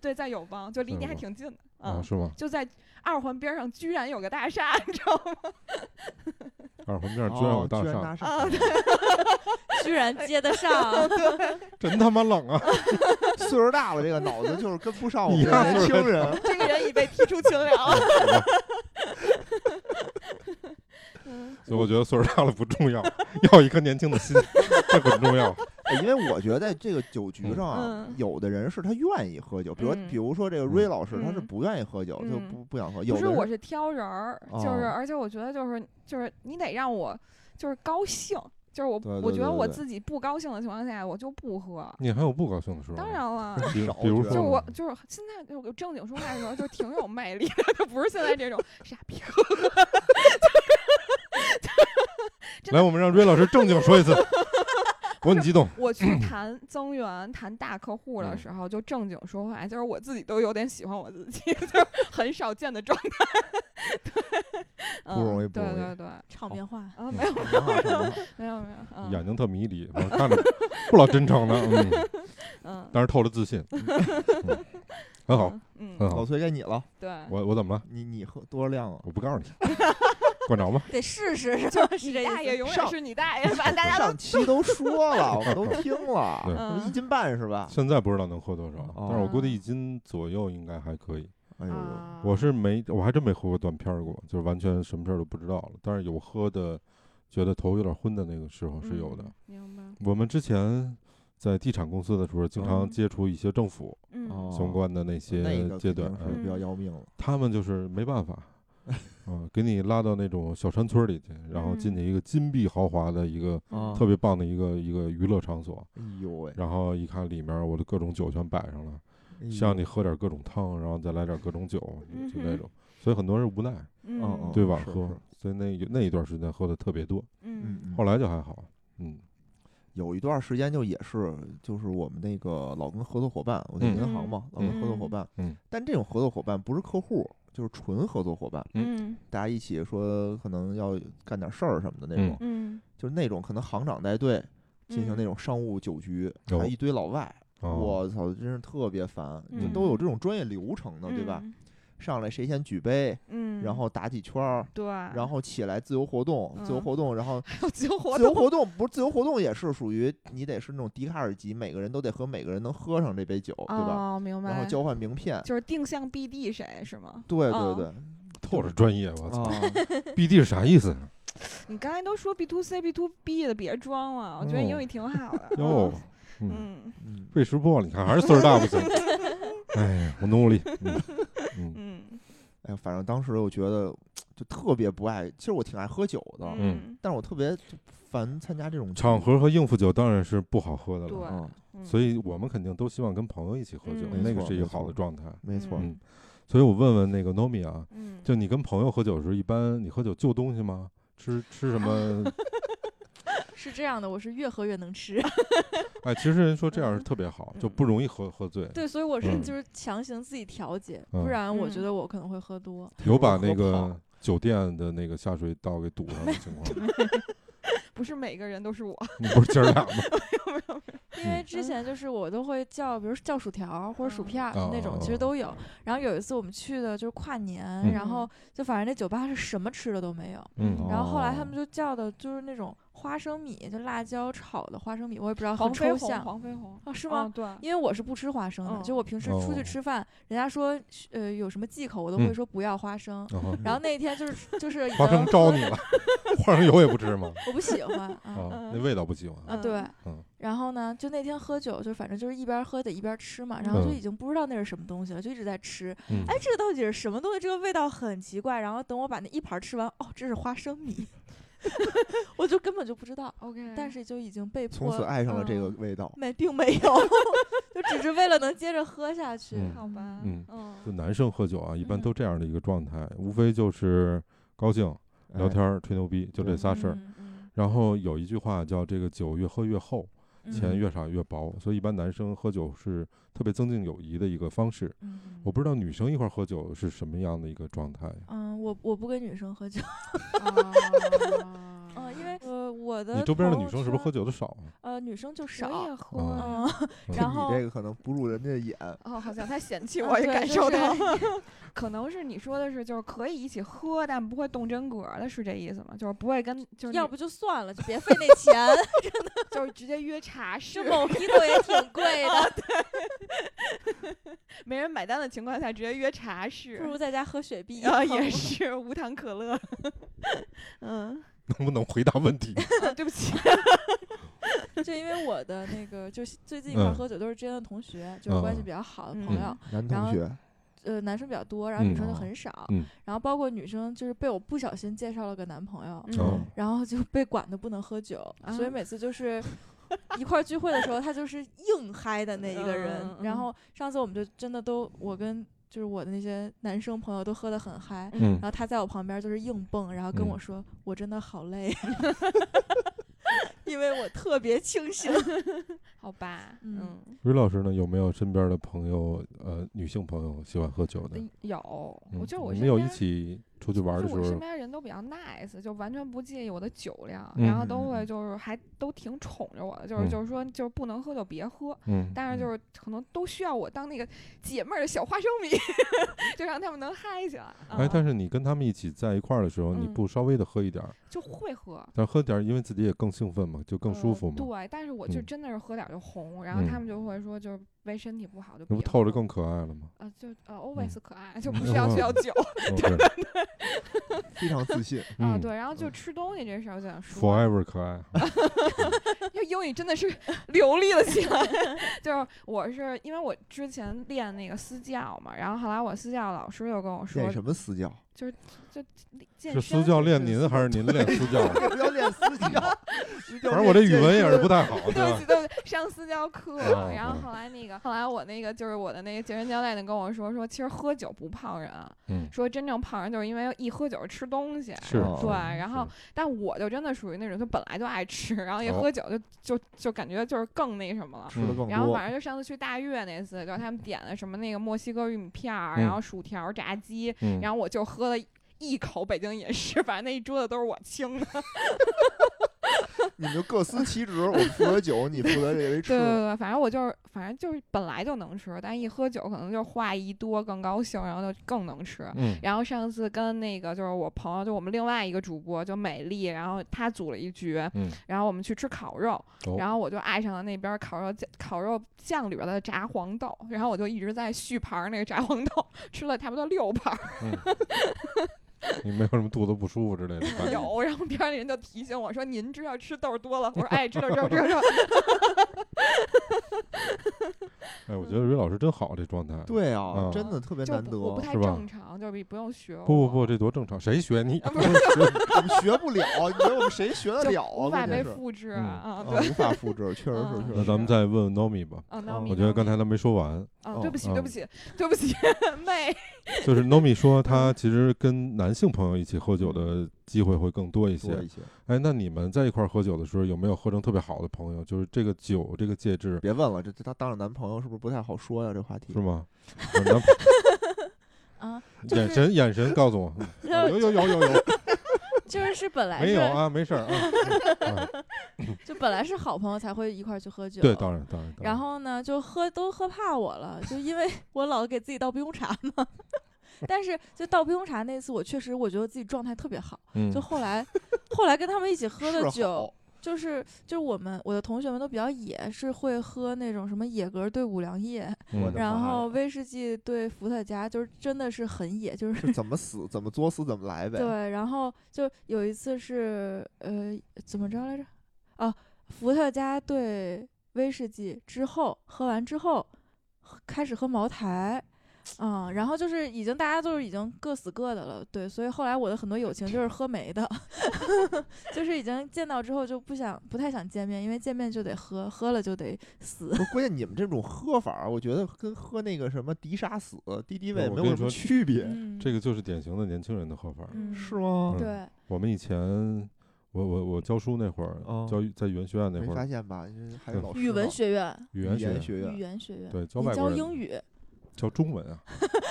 对，在友邦，就离
在
你还
友
挺近的
啊，
嗯，
是吗？
就在二环边上，居然有个大厦，你知道吗？
二环面居然有
哦
大
居然
厦，
大
嗯啊
厦，
居然接得上，
真他妈冷 啊！
岁数大了，这个脑子就是跟不上我
一
们
样
年
岁数
轻人。
这个人 已被踢出 群聊了。
所以我觉得岁数大了不重要， 要一颗年轻的心， 这很重要。
哎因为我觉得在这个酒局上啊
嗯，
有的人是他愿意喝酒，比如
嗯
比如说这个瑞老师，他是
嗯
不愿意喝酒，就
嗯
不不想喝。有
不是，
的
我
人
是挑人儿，就是，
哦
而且我觉得就是就是你得让我就是高兴，就是我
对对
我觉
对
得我
对
自己不高兴的情况下，我就不喝。
你还有不高兴的时候？
当，然了。
比
少
比如
我觉得
就
说
我
呢，
就是现在就我正经说话的时候，就挺有魅力的，就不是现在这种傻逼喝喝。真的
来，我们让瑞老师正经 说一次。我很激动，
我去
嗯
谈增援、谈大客户的
嗯
时候，就正经说话，就是我自己都有点喜欢我自己， 就是很少见的状态。 对，
不容易不
嗯
容易
对对对，啊，
场面话。
没有
挺好挺好
没有没有，嗯
眼睛特迷离，我看着不老真 诚的，嗯，
嗯，
但是透着自 信，嗯很好，
嗯，
很
嗯，
老
好。
崔该你了，
对，
我我怎么了？
你你喝多少 量啊？
我不告诉你，管着吗？
得试试，是吧？是
你
这
大爷
意思。
永
上
远 是你大爷吧，大家都
上期都说了，我们都听了，
对
什么一
啊嗯
斤半是吧？
现在不知道能喝多少，
哦
但是我估计一斤左右应该还可以。
哎呦，
啊
我是没，我还真没喝过断片儿过，就是完全什么事儿都不知道了。但是有喝的，觉得头有点昏的那个时候是有的。
嗯明白，
我们之前在地产公司的时候，经常
嗯
接触一些政府
嗯
哦
相关的那
那
些
个
阶
肯
段，
定
嗯
是比较要命了。
他们就是没办 法，嗯、给你拉到那种小山村儿里去，然后
嗯
进去一个金碧豪华的一个
嗯
啊
特别棒的一个一个娱乐场所，
哎呦喂，
然后一看里面儿我的各种酒全摆上了。
哎呦
像你喝点各种汤，然后再来点各种酒，
嗯
就那
哼
种。所以很多人无奈，
嗯
哦哦
对吧？
是
喝
是，
所以那那一段时间喝的特别多，
嗯
嗯，
嗯
后来就还好。嗯
有一段时间就也是，就是我们那个老跟合作伙伴，我在
嗯
银行嘛，老
嗯
跟合作伙伴，
嗯
但这种合作伙伴不是客户，就是纯合作伙伴，
嗯
大家一起说可能要干点事儿什么的那种，
嗯
嗯
就是那种可能行长带队进行
嗯
那种商务酒局，
有
还一堆老外，
啊
我操，真是特别烦，就
嗯
都有这种专业流程嗯的，对吧？？上来谁先举杯，
嗯，嗯
然后打几圈儿，
对，
然后起来自由活动，自由
嗯
活动，然后
还有自由活
自由
动，
活动不是自由活动也是属于你得是那种笛卡尔级，每个人都得和每个人能喝上这杯酒，对吧？
哦，明白。
然后交换名片，
就是定向 BD 谁是吗？
对对
哦
对，
透着专业，我操
啊，
，BD 是啥意思啊呢？
你刚才都说 B to C、B to B 的，别装了，我觉得英语挺好的。
哟，嗯，
嗯
哦 嗯，
背识破了，你看还是岁数大不行。 哎呀，我努力。嗯嗯
嗯
哎，反正当时我觉得就特别不爱，其实我挺爱喝酒的，
嗯，
但是我特别就烦参加这种
场
局，
合和应付酒当然是不好喝的
对
了，，
嗯，
嗯
所以我们肯定都希望跟朋友一起喝酒，
嗯
那
没
个
错
是一个
没
好的
错
状态。
没错，
嗯，所以我问问那个 Nomi 啊，
嗯，
就你跟朋友喝酒的时候，一般你喝酒就东西吗？吃吃什么？
是这样的，我是越喝越能吃。
哎，其实人说这样是特别好，就不容易喝喝醉。
对，所以我是
嗯
就是强行自己调节，
嗯
不然我觉
嗯
得我可能会喝多。
有把那
喝
个
胖
酒店的那个下水道给堵上的情况吗，
不是每个人都是我，
你不是姐儿俩 吗？
因为
嗯
之前就是我都会叫，比如叫薯条或者薯
嗯
片儿那种，其实
哦
都有。然后有一次我们去的就是跨年，
嗯
然后就反正那酒吧是什么吃的都没有。
嗯，
然后后来他
哦
们就叫的就是那种花生米，就辣椒炒的花生米，我也不知道很
黄飞
抽
鸿，
象
黄飞鸿
啊，是
是
吗？
对，
因为我是不吃花生的，
嗯
就我平时出
哦
去吃饭，人家说呃有什么忌口，我都会
嗯
说不要花生。
然
嗯
后
然后那天就是就是已
花生
经
招 你了，花生油也不吃吗？
我不喜欢啊，
啊，那味道不喜欢。
嗯
对
嗯。
然后呢，就那天喝酒，就反正就是一边喝得一边吃嘛，然后就
嗯
已经不知道那是什么东西了，就一直在吃。
嗯
哎，这个到底是什么东西？这个味道很奇怪。然后等我把那一盘吃完，哦，这是花生米， 我就根本就不知道，
，OK，
但是就已经被迫
从此爱上了这个
嗯
味道，
没，并没有， 就只是为了能接着喝下去。
嗯
好吧，
嗯就
嗯
男生喝酒啊，一般
嗯
都这样的一个状态，无非就是高兴、聊
哎
天儿、吹牛逼，就这
对
仨事儿。
嗯
嗯
然后有一句话叫“这个酒越喝越厚，钱
嗯
越少越薄”，所以一般男生喝酒是特别增进友谊的一个方式。
嗯
我不知道女生一块儿喝酒是什么样的一个状态。
嗯，我我不跟女生喝酒，
啊
嗯，因为呃我的
你周边的
朋
女
友
生是不是喝
圈
酒的少啊？
呃女生就
我
少
也，喝
嗯
呀，
嗯，然
你
后
这个可能不入人家的眼，
哦，好像他嫌弃
啊
我，也
对
感
就
受
是
到 了。可能是你说的是，就是可以一起喝，但不会动真格儿的，是这意思吗？就是不会跟，就是
要
那
不就算了，就别费那 钱，
就是直接约茶室
这，某批头也挺贵的，
没人买单的情况下直接约茶室
不，如在家喝雪碧。
啊，也是无糖可乐。 嗯、
能不能回答问 题？
啊对不起，
就因为我的那个，就是最近一块儿
嗯
喝酒都是之前的同学，就是关系
嗯
比较好的
嗯
朋友，
男
然
同
后
学，
呃，男生比较多，然后女
嗯
生就
哦
很少，
嗯
然后包括女生就是被我不小心介绍了个男朋友，
嗯
哦
然后就被管的不能喝酒，所以
啊
每次 就是一块儿聚会的时候，他就是硬嗨的那一个人。
嗯嗯嗯
然后上次我们就真的都，我跟就是我的那些男生朋友都喝得很嗨，
嗯
然，后他在我旁边就是硬蹦，然后跟
嗯
我说、我真的好累， 因为我特别清 醒。
好吧，
嗯
嗯，
于老师呢，有没有身边的朋友，呃，女性朋友喜欢喝酒的？
有，
嗯
呃我就是我
你们
身
有
边
一
儿。
起出去玩儿
就
的
是
时
我身
候，
边人都比较 nice，就完全不介意我的酒量，
嗯
然后
嗯
都
嗯
会
嗯
就是还都挺宠着我的，就是
嗯
就是说就是不能喝就别喝，
嗯，
但是就
嗯
是可能都需要我当那个解闷儿的小花生米， 就让他们能嗨起来。
哎，
啊
但是你跟他们一起在一块儿的时候，你
嗯
不稍微的喝一点儿，
就会喝，
但是喝点儿，因为自己也更兴奋嘛，就更舒
呃
服嘛，
对，但是我就
嗯
真的是喝点儿就红，然后他
嗯
们就会说就是为身体不好就
那
别
不透着
喝
更嗯可爱了吗？
呃就呃 always 可 爱，就不需要需要酒
嗯对，
非常自 信，
啊。
嗯
对，然后就吃东西这事儿我就想说，
，forever 可爱，
因为英语真的是 流利了起来。 就是我是因为我之前练那个私教嘛，然后后来我私教老师又跟我说
练，什么私 教？
健
是私
身
教练
是
您
私
还是您练私教？
不要练私教，私教
反正我这语
练
文也是
健
不太好，对
对不
吧
起，？对不起，上私教课
啊。
然后
啊
后来那个，后来我那个就是我的那个健身教练就跟我说，说其实喝酒不胖人，啊
嗯，
说真正胖人就是因为一喝酒吃东西。
是
哦
对，然后但我就真的属于那种，就本来就爱吃，然后一
哦
喝酒就、就就感觉就是更那什么了。
吃的
嗯
更
然后
多
反，正就上次去大悦那次，就是他们点了什么那个墨西哥玉米片儿，
嗯
然后薯条、炸鸡，
嗯，
然后我就喝了一口北京饮食，反正那一桌子都是我清的。
你们就各司其职，我负责酒，你负责这个吃
对对对，反正我就是，反正就是本来就能吃，但一喝酒可能就话一多更高兴，然后就更能吃。
嗯，
然后上次跟那个就是我朋友，就我们另外一个主播，就美丽，然后她组了一局，
嗯
然后我们去吃烤肉，
哦
然后我就爱上了那边烤肉酱烤肉酱里边的炸黄豆，然后我就一直在续盘儿那个炸黄豆， 吃了差不多六盘儿
你没有什么肚子不舒服之类的反应？
有，然后边上的人就提醒我说：“您知道吃豆儿多了。”我说：“哎，知道知道知道。知道
哎，我觉得于老师真好，这状态。
对啊
嗯，
真的特别
就
难
不
得，哦
我不太
是吧
正常，就比不 用学我。
不不不，这多正常，谁学你？
啊不是
我们学不了，你觉得我们谁学得
就
了啊？
无法
关
被
键是，
复制
嗯
啊！
啊
对，
无法复制，确实是
嗯，
确
那
实是
咱们再问问 Nomi 吧。
啊，
哦
那
我觉得刚
才
才他没说完，
啊，对不起，
嗯
对不起，对不起， 妹，
就是 Nomi 说他其实跟男性朋友一起喝酒的机会会更多一
多
些
一。些，
哎，那你们在一块儿喝酒的时候，有没有喝成特别好的朋友？就是这个酒这个介质
别问了，这这他当着男朋友是不是不太好说呀？这话题
是吗？我男
啊，就是
眼神眼神告诉我，啊有有有有有，
就是是本来
没
是
有啊，没事儿啊。嗯啊
就本来是好朋友才会一块儿去喝酒，
对，当然当然。
嗯
当
然后呢，就喝都喝怕我了，就因 为我老给自己倒冰红茶嘛。 但是就倒冰红茶那次，我确实我觉得自己状态特别好。
嗯
就后来，后来跟他们一起喝
是
的
好
酒，就是就是我们我的同学们都比较野，是会喝那种什么野格兑五粮液，
我
嗯
的
然
妈呀
后威士忌兑伏特加，就是真的是很野，就是
是怎么死怎么作死怎么来呗。
对，然后就有一次是呃怎么着来着？啊，伏特加兑威士忌之后，喝完之后喝开始喝茅台。嗯，然后就是已经大家就是已经各死各的了，对，所以后来我的很多友情就是喝没的， 就是已经见到之后就不想不太想见面，因为见面就得喝，喝了就得 死。
不是，关键你们这种喝法儿，我觉得跟喝那个什么敌杀死、敌敌
我
畏没
跟
有
你
什么
说
区别，
嗯，
这个就是典型的年轻人的喝法儿。
嗯
是吗？
嗯
对，
我们以前，我我我教书那会儿，
哦
教在语言学院那
没
会
发
儿，
现吧？这还有
嗯
老师
语文
呢
学院，
语
语
言
言
学
学
语
院，
言学院，
对教
你
外
教
国人
英语，
教中文啊，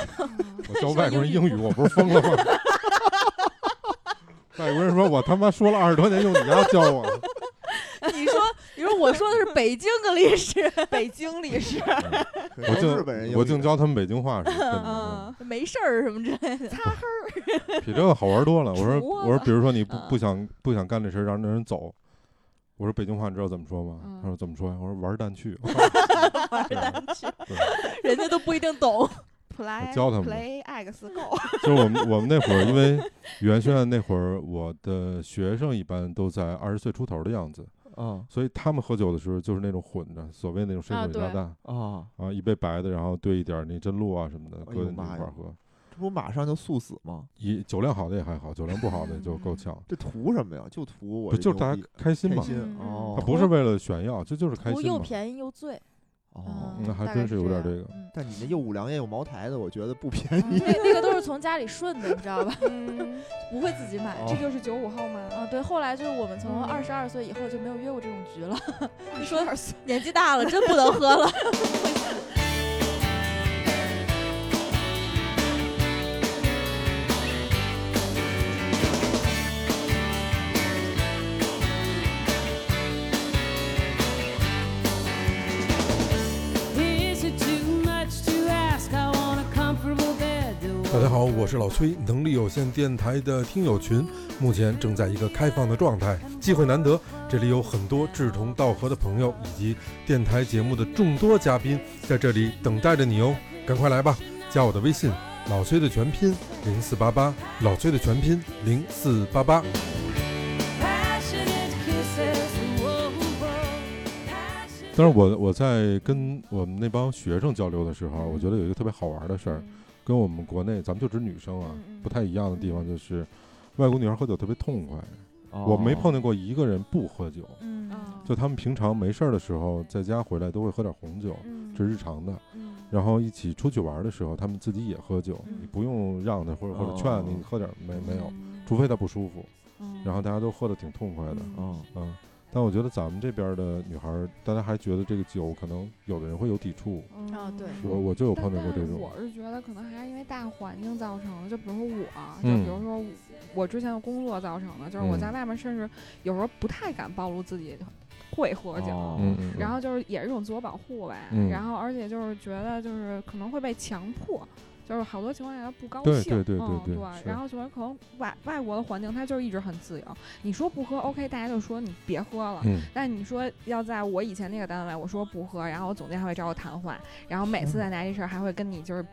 我
说
教外国人
英
英
语
语，我不是疯了吗？外国人说：“我他妈说了二十多年，用你丫教我。
你说，你说我说的是北京格力士，
北京 里是
可
我
能
净
日本人有
我
一
净
个
教他们北京话是真的
嗯，
没事儿什么之类 的。
嗯， 比这个好玩多了。我说
除了
我说，比如说你不
嗯
不想不想干这事儿，让那人走。我说北京话你知道怎么说吗？
嗯
他说怎么说呀？我说玩蛋去。
玩儿单曲， 人家都不一定懂。
play
教他们
play x go，
就是我们我们那会儿，因为语言学院那会儿，我的学生一般都在二十岁出头的样子，
啊
所以他们喝酒的时候就是那种混着，所谓那种深
啊
水炸
对
弹
啊，
啊，一杯白的，然后兑一点儿那真露啊什么的，
哎
搁
呦
进去
妈
一块
呀
儿喝。
这不马上就速死吗？
一酒量好的也还好，酒量不好的就够呛。
这图什么呀？就图嗯我
不
这
就是
牛
大家
逼
开心
开
嘛？啊
心
嗯
哦
他，不是为了炫耀，这就是开
图
心
又
嘛。
便宜又醉，
哦
嗯。那还
大概
真是
是
有点
这
这
样
个
嗯哦
但你那又五粮液又茅台的，我觉得不便宜。
那那个都是从家里顺的，你知道吧？
嗯，
不会自己买。
哦
这就是九 五后吗？
啊，对，后来就是我们从二十二岁以后就没有约过这种局了，
你说点酸，
年纪大了真不能喝了。
Is it too much to ask? I want a comfortable bed to
大家好，我是老崔，能力有限电台的听友群目前正在一个开放的状态，机会难得，这里有很多志同道合的朋友以及电台节目的众多嘉宾在这里等待着你哦，赶快来吧，加我的微信老崔的全拼零四八八，老崔的全拼零四八八。
passionate kisses. Whoa, whoa.
但是我我在跟我们那帮学生交流的时候，我觉得有一个特别好玩的事儿，跟我们国内咱们就指女生啊
嗯嗯
不太一样的地方就是，外国女孩喝酒特别痛快，
哦
我没碰见过一个人不喝酒，
啊
嗯，
就他们平常没事儿的时候在家回来都会喝点红酒，
嗯
这是日常的。
嗯
然后一起出去玩的时候，他们自己也喝酒，
嗯
你不用让他或者或者劝
哦
你
嗯
喝点儿没没有，除非他不舒服。然后大家都喝的挺痛快的，
嗯
哦，
嗯。但我觉得咱们这边的女孩儿，大家还觉得这个酒可能有的人会有抵触，
啊对
嗯
我我就有碰
但
见过这
但
种
我，是觉得可能还是因为大环境造成的，就比如说我，啊就
嗯
比如说我之前的工作造成的，就是我
嗯
在外面甚至有时候不太敢暴露自己会喝酒。
哦
嗯嗯，
然后就是也是一种自我保护呗，
嗯
然后而且就是觉得就是可能会被强迫，就是好多情况下他不高
对
兴，
对对
嗯
对对
对
是
然后就是可能外外国的环境他就是一直很自由，你说不喝 OK，大家就说你别喝了，
嗯
但你说要在我以前那个单位，我说不喝，然后总监还会找我谈话，然后每
嗯
次再拿这事儿还会跟你就是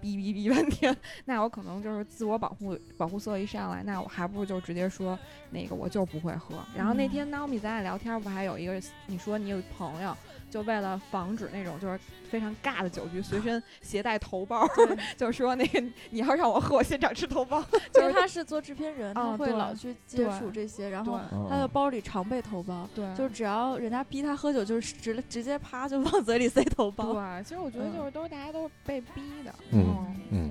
哔哔哔半天， 那我可能就是自我保护保护色一上来，那我还不如就直接说那个我就不会喝。然
嗯
后那天 Naomi 咱俩聊天不还有一个你说你有朋友。就为了防止那种就是非常尬的酒局，随身携带头孢，就说那个你要让我喝，我现场吃头孢。
因
就
为
是
他是哦做制片人，他
啊
会
对
老去接
对
触这些，然
对
哦
后他的包里常备头孢，
对，
就只要人家逼他喝酒，就是直直接啪就往嘴里塞头孢。
对，其实我觉得
嗯
就是都是大家都是被逼的，
嗯嗯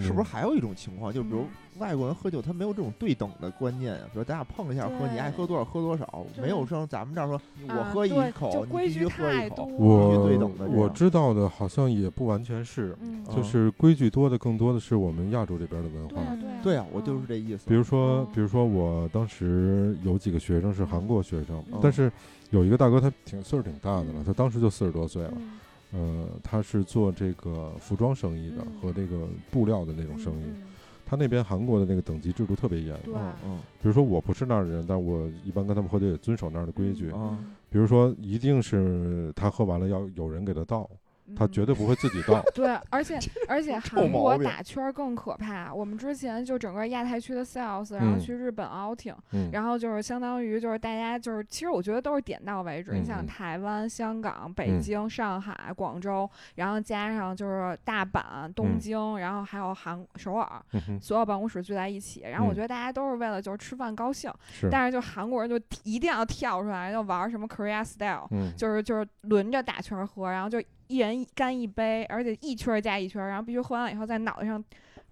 是不是还有一种情况，就比如
嗯
外国人喝酒，他没有这种对等的观念啊，比如咱俩碰一下喝，你爱喝多少喝多少，
对
没有像咱们这儿说我
啊
喝
对
一
就
口，你
规
必须
矩
喝一
太
口
多。
必须
我
对等的这
我
样
知道的好像也不完全是，
嗯，
就
嗯
是规矩多的更多的是我们亚洲这边的文
对
化
啊，，对啊，
对啊，我就
嗯
是这意思。
比如说
嗯，
比如说，我当时有几个学生是韩国学生，
嗯
但是有一个大哥他挺岁数挺大的了，他当时就四十多岁了。
嗯
呃，他是做这个服装生意的
嗯
和这个布料的那种生意。
嗯
他那边韩国的那个等级制度特别严。嗯
对啊
嗯
比如说我不是那儿的人，但我一般跟他们喝酒也遵守那儿的规矩。
嗯
比如说，一定是他喝完了要有人给他倒，他绝
对。
对不会自己 倒。
嗯对，啊 而且而且
臭
韩
毛
国
病
打圈儿更可怕。我们之前就整个亚太区的 sales，然后
嗯
去日本 outing，、
嗯，
然后就是相当于就是大家就是，其实我觉得都是点到为止。
嗯
你想
嗯
台湾、香港、北
嗯
京、上海、广州，然后加上就是大阪、东
嗯
京，然后还有韩首尔，
嗯哼
所有办公室聚在一起。然后
嗯
我觉得大家都是为了就是吃饭高兴，
是，
但是就韩国人就一定要跳出来，要玩儿什么 Korea style，
嗯，
就是就是轮着打圈儿喝，然后就一人一干一杯，而且一圈儿加一圈儿，然后必须喝完了以后在脑袋上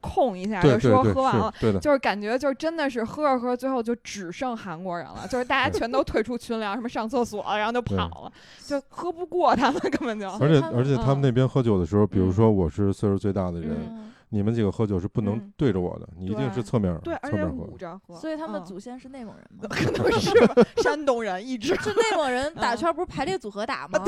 空一下，
对
就
对
说
对，
喝完了
是。对的，
就是感觉就真的是喝着喝着，最后就只剩韩国人了，就是大家
对
全都退出群啊聊，什么上厕所，然后就
对
跑了，就喝不过他们，根本就
而且
他们
而且他们
嗯
那边喝酒的时候，比如
嗯
说我是岁数最大的人，
嗯
你们几个喝酒是不能
嗯
对着我的，你一定是
对
侧面儿
对，而
侧面儿
且
喝。
捂着喝，
所以他们的
嗯
祖先是内蒙人吗？
可能是吧，山东人一直
就内蒙人打
嗯啊
圈儿不是排列组合打吗？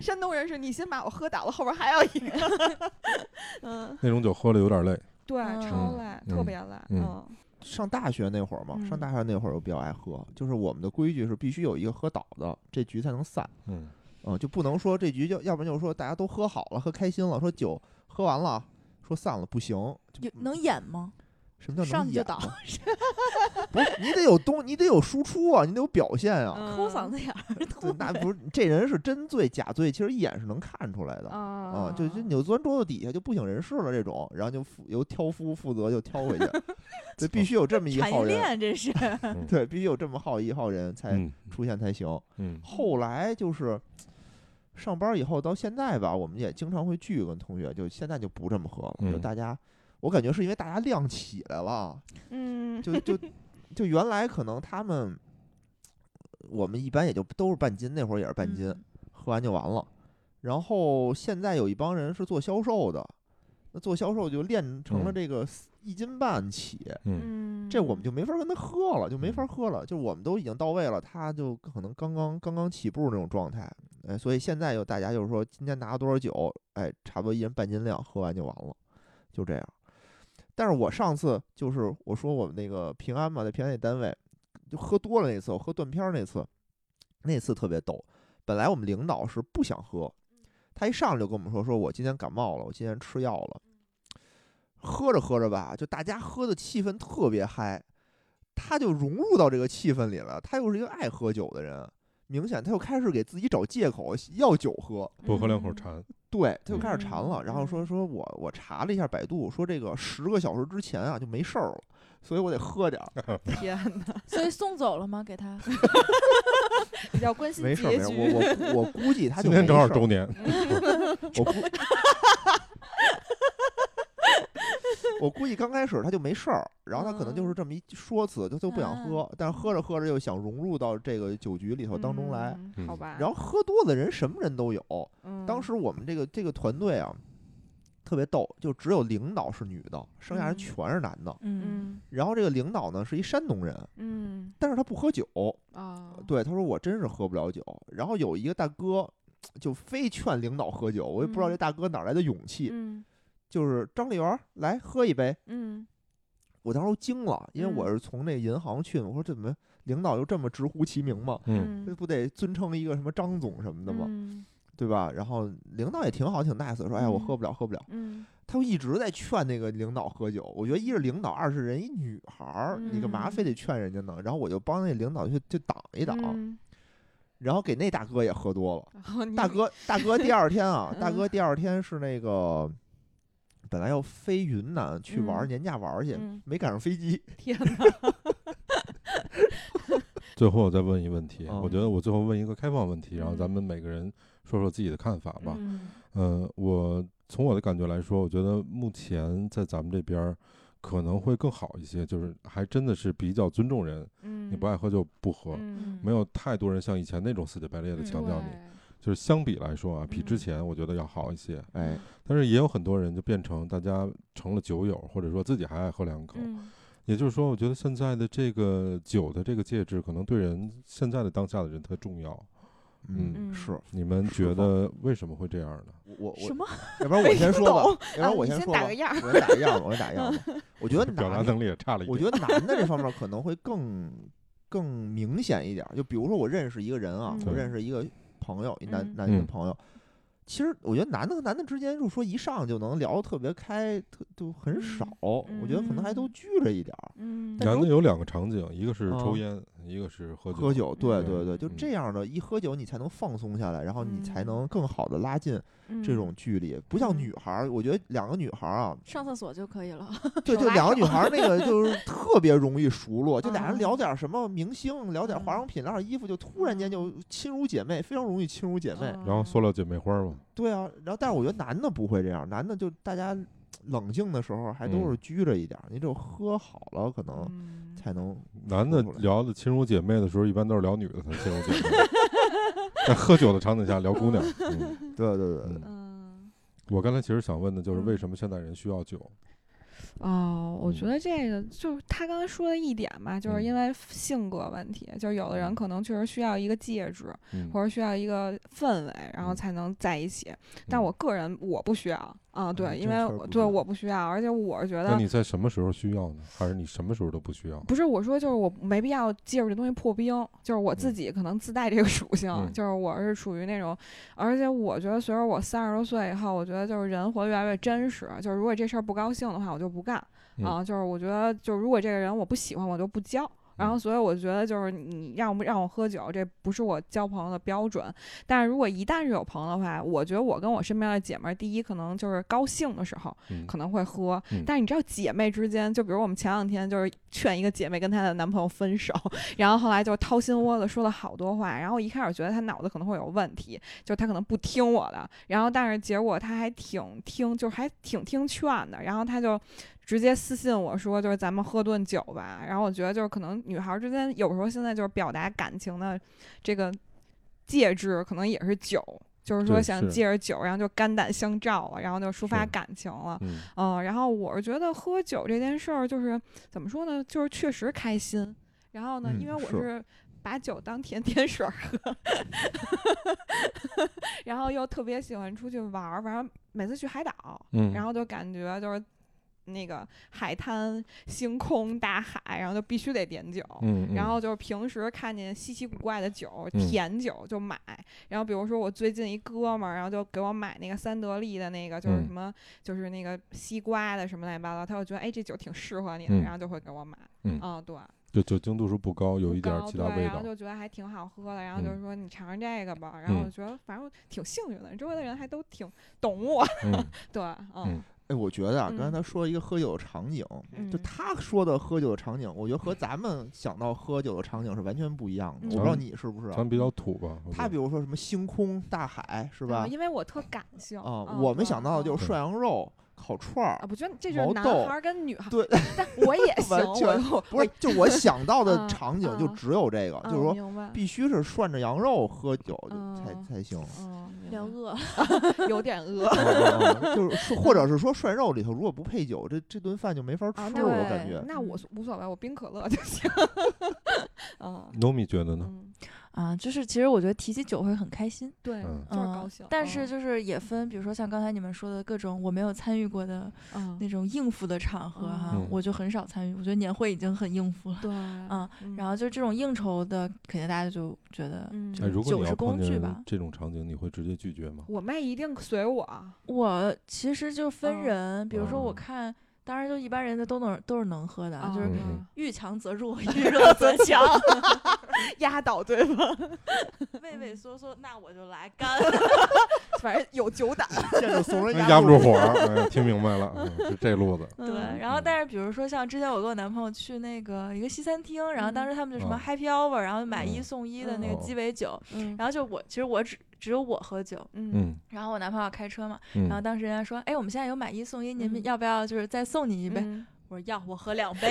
山东人是你先把我喝倒了，后边还有一个， 嗯，
那种酒喝了有点累，
对，
嗯
超累，特
嗯
别累，
嗯
嗯
上大学那会儿嘛，上
嗯
大学那会儿我比较爱喝，就是我们的规矩是必须有一个喝倒的，这局才能散。
嗯，
嗯，就不能说这局就，要不然就是说大家都喝好了，喝开心了，说酒喝完了，说散了不行。就嗯
有能演吗？
什么叫
上
能
去就
演
倒
呢？不是你得有东，你得有输出啊，你得有表现啊。
嗯
抠嗓子眼 儿，
对
吐
那不是这人是真醉假醉，其实一眼是能看出来的。
哦
啊、
啊
就就你就钻桌子底下就不省人事了，这种，然后就负由挑夫负责就挑回去， 对，必须有这么一
产
号
业
人，
链这是。
对，必须有这么号一号人才
嗯
出现才行。
嗯
后来就是上班以后到现在吧，我们也经常会聚跟同学，就现在就不这么喝了，就
嗯
大家，我感觉是因为大家量起来了，
嗯，
就就就原来可能他们我们一般也就都是半斤，那会儿也是 半斤，
嗯
喝完就完了。然后现在有一帮人是做销售的，那做销售就练成了
嗯
这个一斤半起，
嗯
嗯，
这我们就没法跟他喝了，就没法
嗯
喝了，就我们都已经到位了，他就可能刚刚刚刚起步那种状态，哎，所以现在就大家就是说今天拿了多少酒，哎，差不多一人半斤量，喝完就完了，就这样。但是我上次就是我说我们那个平安嘛，在平安那单位就喝多了那次，我喝断片儿那次，那次特别逗。本来我们领导是不想喝，他一上来就跟我们说，说我今天感冒了，我今天吃药了。喝着喝着吧，就大家喝的气氛特别嗨，他就融入到这个气氛里了。他又是一个爱喝酒的人，明显他又开始给自己找借口要酒喝，
多喝两口馋。
对，他就开始馋
嗯
了。然后说说我我查了一下百度，说这个十个小时之前啊就没事儿了，所以我得喝点儿。
天哪，
所以送走了吗？给他？
比较 关心
没事儿，
结
没事儿，
局，
我我我估计他就
今
没
天正好
事儿
周年，
我估，我估计刚开始他就没事儿，然后他可能就是这么一说辞，他就不想喝，但是喝着喝着又想融入到这个酒局里头当中来。
嗯
嗯
好吧。嗯
然后喝多的人什么人都有，
后
当时我们这个这个团队啊，特别逗，就只有领导是女的，剩下人
嗯
全是男的。
嗯
嗯
然后这个领导呢是一山东人，
嗯
但是他不喝酒，
啊，
对，他说我真是喝不了酒。然后有一个大哥就非劝领导喝酒，我也不知道
嗯
这大哥哪儿来的勇气，
嗯
就是张丽媛儿来喝一杯。
嗯
我当时都惊了，因为我
嗯
是从那银行去的，我说怎么领导就这么直呼其名吗？
嗯
这
嗯，
不得尊称一个什么张总什么的吗？
嗯
对吧？然后领导也挺好，挺 nice，的说哎呀我
嗯
喝不了，喝不了。
嗯，
他就一直在劝那个领导喝酒。我觉得一是领导，二是人一女孩儿，你干嘛非得劝人家呢？然后我就帮那领导去去挡一挡，
嗯
然后给那大哥也喝多了。
然后你
大哥，大哥第二天啊，
嗯
大哥第二天是那个本来要飞云南去玩儿
嗯
年假玩儿去，
嗯
没赶上飞机。
天哪，
最后我再问一问题，
嗯
我觉得我最后问一个开放问题，然后
哦嗯
咱们每个人说说自己的看法吧。
嗯
嗯，我从我的感觉来说，我觉得目前在咱们这边儿可能会更好一些，就是还真的是比较尊重人，
嗯，
你不爱喝就不喝，
嗯，
没有太多人像以前那种死乞白赖的
嗯
强调你。
对
就是相比来说啊，比之
嗯
前我觉得要好一些，
哎，
但是也有很多人就变成大家成了酒友，或者说自己还爱喝两口。
嗯
也就是说，我觉得现在的这个酒的这个介质，可能对人现在的当下的人特重要。嗯
嗯
是
你们
是
觉
否
得为什么会这样呢？
我我
什
我，
么？
要不然我先说吧，要不然
啊
我
你先
说
打
吧
个样儿
我先打个样吧，我先打个样 吧。我觉得
表达
男
能力也差了一点。
我觉得男的这方面可能会更更明显一点儿。就比如说我认识一个人啊，
嗯
我认识一个朋友，一男、
嗯
男性
嗯
朋友。其实我觉得男的和男的之间，就说一上就能聊得特别开，特就很少。我觉得可能还都
嗯
拘着一点儿。
嗯
但
男
如
的有两个场景，一个是
啊
抽烟，一个是喝酒。
喝酒，对
嗯
对对，就
嗯
这样的，一喝酒你才能放松下来，然后你才
嗯
能更好的拉近这种距离。不像
嗯
女孩儿，我觉得两个女孩儿啊，
上厕所就可以了。
对，
手
就
拉
两个女孩 儿那个就是特别容易熟络，就俩人
嗯
聊点儿什么明星，聊点儿化
嗯
妆品，聊点儿衣服，就突然间就亲如姐妹，非常容易亲如姐妹。
嗯
然后塑料姐妹花嘛，
对啊，然后但是我觉得男的不会这样，男的就大家冷静的时候还都是
嗯
拘着一点儿，你只有喝好了可能
嗯
才能
男的
说出来
聊的亲如姐妹的时候，一般都是聊女的才亲如姐妹。 在喝酒的场景下聊姑娘， 嗯
对对对，
嗯，
嗯
我刚才其实想问的就是为
嗯
什么现代人需要酒？
哦，我觉
嗯
得这个就是他刚才说的一点吧，就是
嗯
因为性格问题，就是有的人可能确实需要一个介质，
嗯，
或者需要一个氛围，然后
嗯
才能在一起。但
嗯
我个人我不需要啊，对，
嗯
因
这
为
事儿
我
不
对
需要
我不需要，而且我是觉
那
得
你在什么时候需要呢？还是你什么时候都不需要？
不是我说，就是我没必要借助这东西破冰，就是我自
嗯
己可能自带这个属性，
嗯
就是我是属于那种，而且我觉得随着我三十多岁以后，我觉得就是人活得越来越真实，就是如果这事儿不高兴的话，我就不干、
嗯
啊，就是我觉得就是如果这个人我不喜欢，我就不交。然后，
嗯
所以我觉得就是你让不让我喝酒，这不是我交朋友的标准。但是如果一旦是有朋友的话，我觉得我跟我身边的姐妹儿，第一可能就是高兴的时候，
嗯
可能会喝，
嗯
但是你知道姐妹之间，就比如我们前两天就是劝一个姐妹跟她的男朋友分手， 然后后来就掏心窝子说了好多话，然后一开始觉得她脑子可能会有问题，就她可能不听我的，然后但是结果她还挺听，就是还挺听劝的，然后她就。直接私信我说，就是咱们喝顿酒吧。然后我觉得就是可能女孩之间有时候现在就是表达感情的这个介质，可能也是酒，就是说
对
想
是
借着酒，然后就肝胆相照了，然后就抒发
是
感情了。
嗯
嗯，然后我是觉得喝酒这件事儿，就是怎么说呢，就是确实开心。然后呢，因
嗯
为我
是
是把酒当甜甜水儿喝， 然后又特别喜欢出去玩儿，反正每次去海岛，
嗯，
然后就感觉就是那个海滩、星空、大海，然后就必须得点酒。
嗯，嗯
然后就是平时看见稀奇古怪的酒，
嗯
甜酒就买。然后比如说我最近一哥们儿，然后就给我买那个三得利的那个，就是
嗯
什么，就是那个西瓜的什么乱七八糟，他就觉得哎这酒挺适合你的，
嗯
然后就会给我买。
嗯
对，
就酒精度数不高，有
不
一点儿
高
其他
对
味
然
道
后。就觉得还挺好喝的，然后就
嗯
说你尝尝这个吧。然后
嗯
我觉得反正挺幸运的，周围的人还都挺懂我。
嗯，
对，
嗯
嗯
哎，我觉得啊，刚才
嗯
他说一个喝酒的场景，就
嗯
他说的喝酒的场景，我觉得和咱们想到喝酒的场景是完全不一样的。我不知道
嗯
你是不是啊
咱？们比较土吧？我
他
觉
比
得
如说什么星空、大海，是
对
吧？
因为我特感性
啊，
嗯
我们
对
想到的
嗯
就是涮羊肉，烤串儿
啊，，不就这就是
毛
男
豆
孩儿跟女孩儿，
对，
但我也 行，
完全
我
不是，就我想到的
啊
场景就
啊
只有这个，
哎嗯
就是说
明白，
必须是涮着羊肉喝酒就才
嗯
才行。。
嗯，明
聊 饿了，
白有点饿
嗯嗯就是说，或者是说涮肉里头如果不配酒，这这顿饭就没法
啊，
吃，
那
我感
也
觉。
那
嗯
我无所谓，我冰可乐就 行。啊，
农米觉得呢？
嗯，
啊，就是其实我觉得提起酒会很开心，
对，
嗯
就是
嗯
高兴。
但是就是也分，比如说像刚才你们说的各种我没有参与过的
嗯，
那种应付的场合哈、
嗯
我就很少参与。我觉得年会已经很应付了，
对，
嗯
嗯
然后就这种应酬的，肯定大家就觉得
嗯
就
哎，
是
如果
酒
你
是
要
工
碰
具
见
吧。
这种场景，你会直接拒绝 吗？
我妹一定随我，啊
我其实就分
嗯
人，比如说我
嗯
看，当然就一般人的都能都是能喝的，啊，就是
嗯
嗯
遇强则弱，遇弱则强，嗯
压倒对方，
畏畏缩缩，那我就来干。
反正有酒胆。
见着怂人
压不住火儿，哎，听明白了，嗯是这路子。
对，然后但是比如说像之前我跟我男朋友去那个一个西餐厅，然后当时他们就什么
嗯
Happy Hour，然后买一
嗯
送一的
嗯
那个
哦
鸡尾酒，
嗯
然后就我其实我只只有我喝酒，
嗯啊
嗯
然后我男朋友开车嘛，
嗯
然后当时人家说，哎，我们现在有买一送一，你们
嗯
要不要就是再送你一杯？
嗯
我说要，我喝两 杯。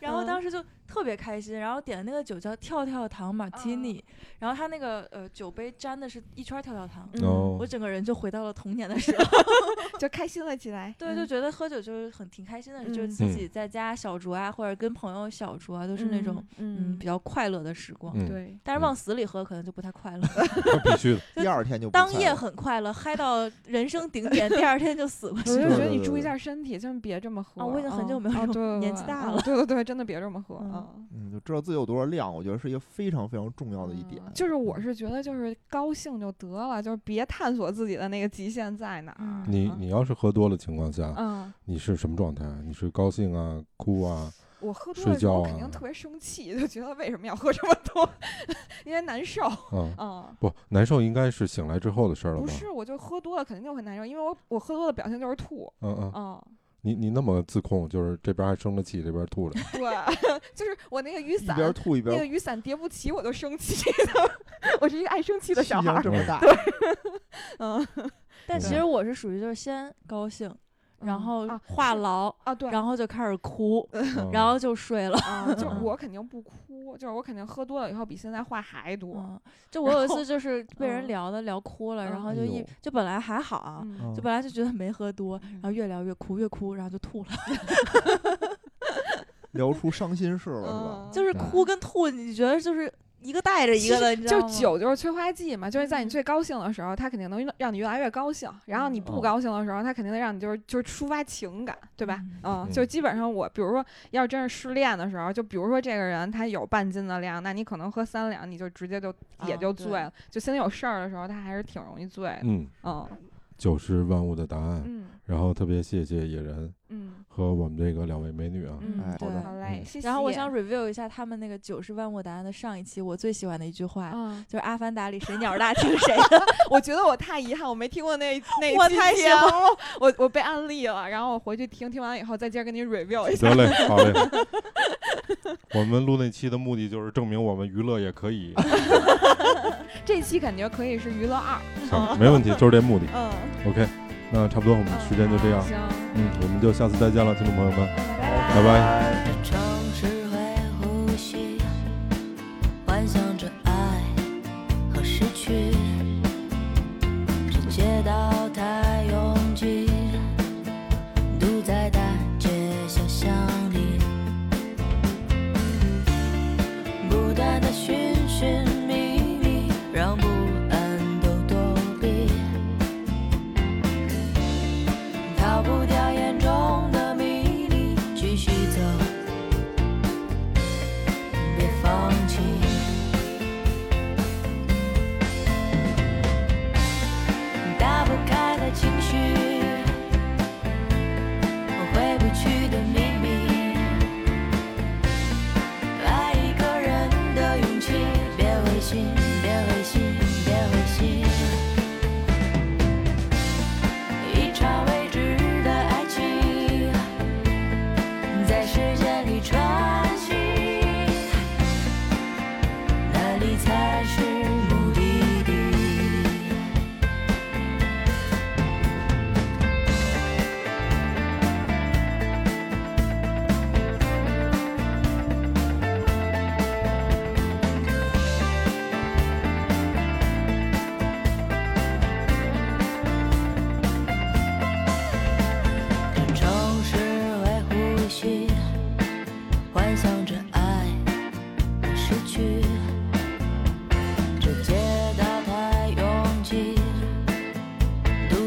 然后当时就特别开心，然后点的那个酒叫跳跳糖马提尼，然后它那个呃酒杯沾的是一圈跳跳糖，
嗯
哦
我整个人就回到了童年的 时候，嗯
就开心了起来。
对，就觉得喝酒就是很挺开心的事，就是
嗯
自己在家小酌啊，或者跟朋友小酌啊，都是那种嗯
嗯
比，较快乐的时光。
嗯，
对，
但是
嗯
往死里喝可能就不太快乐，
那 必须的。
第二天就不
当
菜
夜
了
很快乐，嗨到人生顶点，第二天就死过
我
去
就
了。
觉
对
得
对
你注
对
意一下身体，真别这么喝。
啊我已经很久没有这
嗯啊
么
对
年纪
对
大
嗯
了
对对对，真的别这么喝
嗯
啊。
嗯，就知道自己有多少量，我觉得是一个非常非常重要的一点。
嗯就是我是觉得就是高兴就得了，就是别探索自己的那个极限在哪儿
嗯。
你
嗯
你要是喝多了情况下，
嗯，
你是什么状态？你是高兴啊、哭 啊？
我喝多
睡
了之后
觉
肯定
啊
特别生气，就觉得为什么要喝这么多， 因为难受。
啊，
嗯，
不，难受应该是醒来之后的事儿了
不
吧？
是，我就喝多了肯定就会难受，因为我我喝多了表现就是吐。
嗯嗯，
嗯，
你你那么自控，就是这边还生着气，这边吐 着。
对，就是我那个雨
一
伞，
边吐一
那个
边
雨伞叠不齐我就生气，我是一个爱生气的
气
小
性
孩儿。
这么 大，
嗯，
但其
对
实我是属于就是先高兴，然后
啊
话
是
痨，
啊对，
然后就开始哭，
嗯
然后就睡了。
啊，就
嗯
我肯定不哭，就是我肯定喝多了以后比现在话还多。
嗯， 就我有一
然后
次就是被人
嗯
聊的聊哭了，然后
嗯
就
哎
一
呦
就本来还好啊，
嗯
就本来就觉得没喝多，
嗯
然后越聊越哭，越哭然后就吐了，
聊出伤心事了，是吧？
嗯
就是
嗯
哭跟吐，你觉得就是一个带着一个的，你知道
就
吗？
酒就是催化剂嘛，就是在你
嗯
最高兴的时候，它肯定能让你越来越高兴；然后你不
哦
嗯
高兴的时候，它肯定让你就是就是抒发情感，对吧？嗯，
嗯
就基本上我，比如说要是真是失恋的时候，就比如说这个人他有半斤的量，那你可能喝三两，你就直接就也
啊
就
对
醉了。就心里有事儿的时候，他还是挺容易醉的。
嗯，
嗯
酒是万物的答案。
嗯
然后特别谢谢野人
嗯
和我们这个两位美女 啊，
嗯
哎，
对。
好嘞，
嗯
谢谢。
然后我想 review 一下他们那个《九是万物答案》的上一期，我最喜欢的一句话。
嗯，
就是《阿凡达》里谁鸟大 听谁的，
我觉得我太遗憾，我没听过那那一
我
期
太
节
喜欢
目了，我我被安利了，然后我回去听，听完以后再接着跟你 review 一下
得。嘞，好 嘞。我们录那期的目的就是证明我们娱乐也可 以，
这期感觉可以是娱乐二，
好没问题，就是这目的。
嗯，
OK，那差不多我们
嗯
时间就这样，
行，
嗯，我们就下次再见了，听众朋友们，
拜
拜拜。
城市会呼吸，幻想着爱和失去。这街道太拥挤，堵在大街小巷里，不断的寻寻觅觅，让不安都躲避，逃不掉眼中的迷离，继续走。别放弃。打不开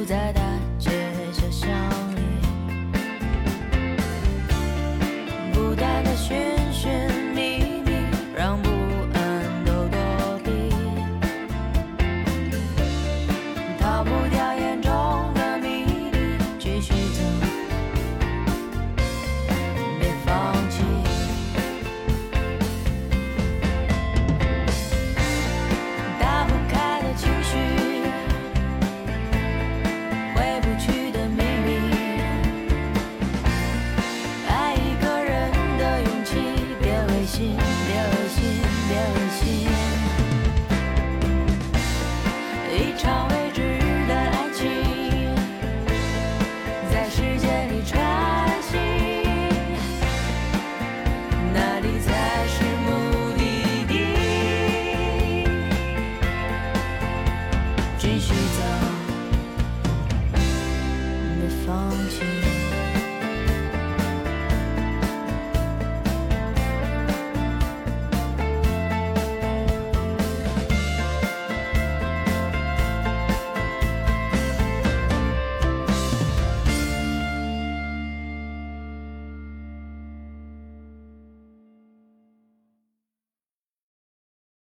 在大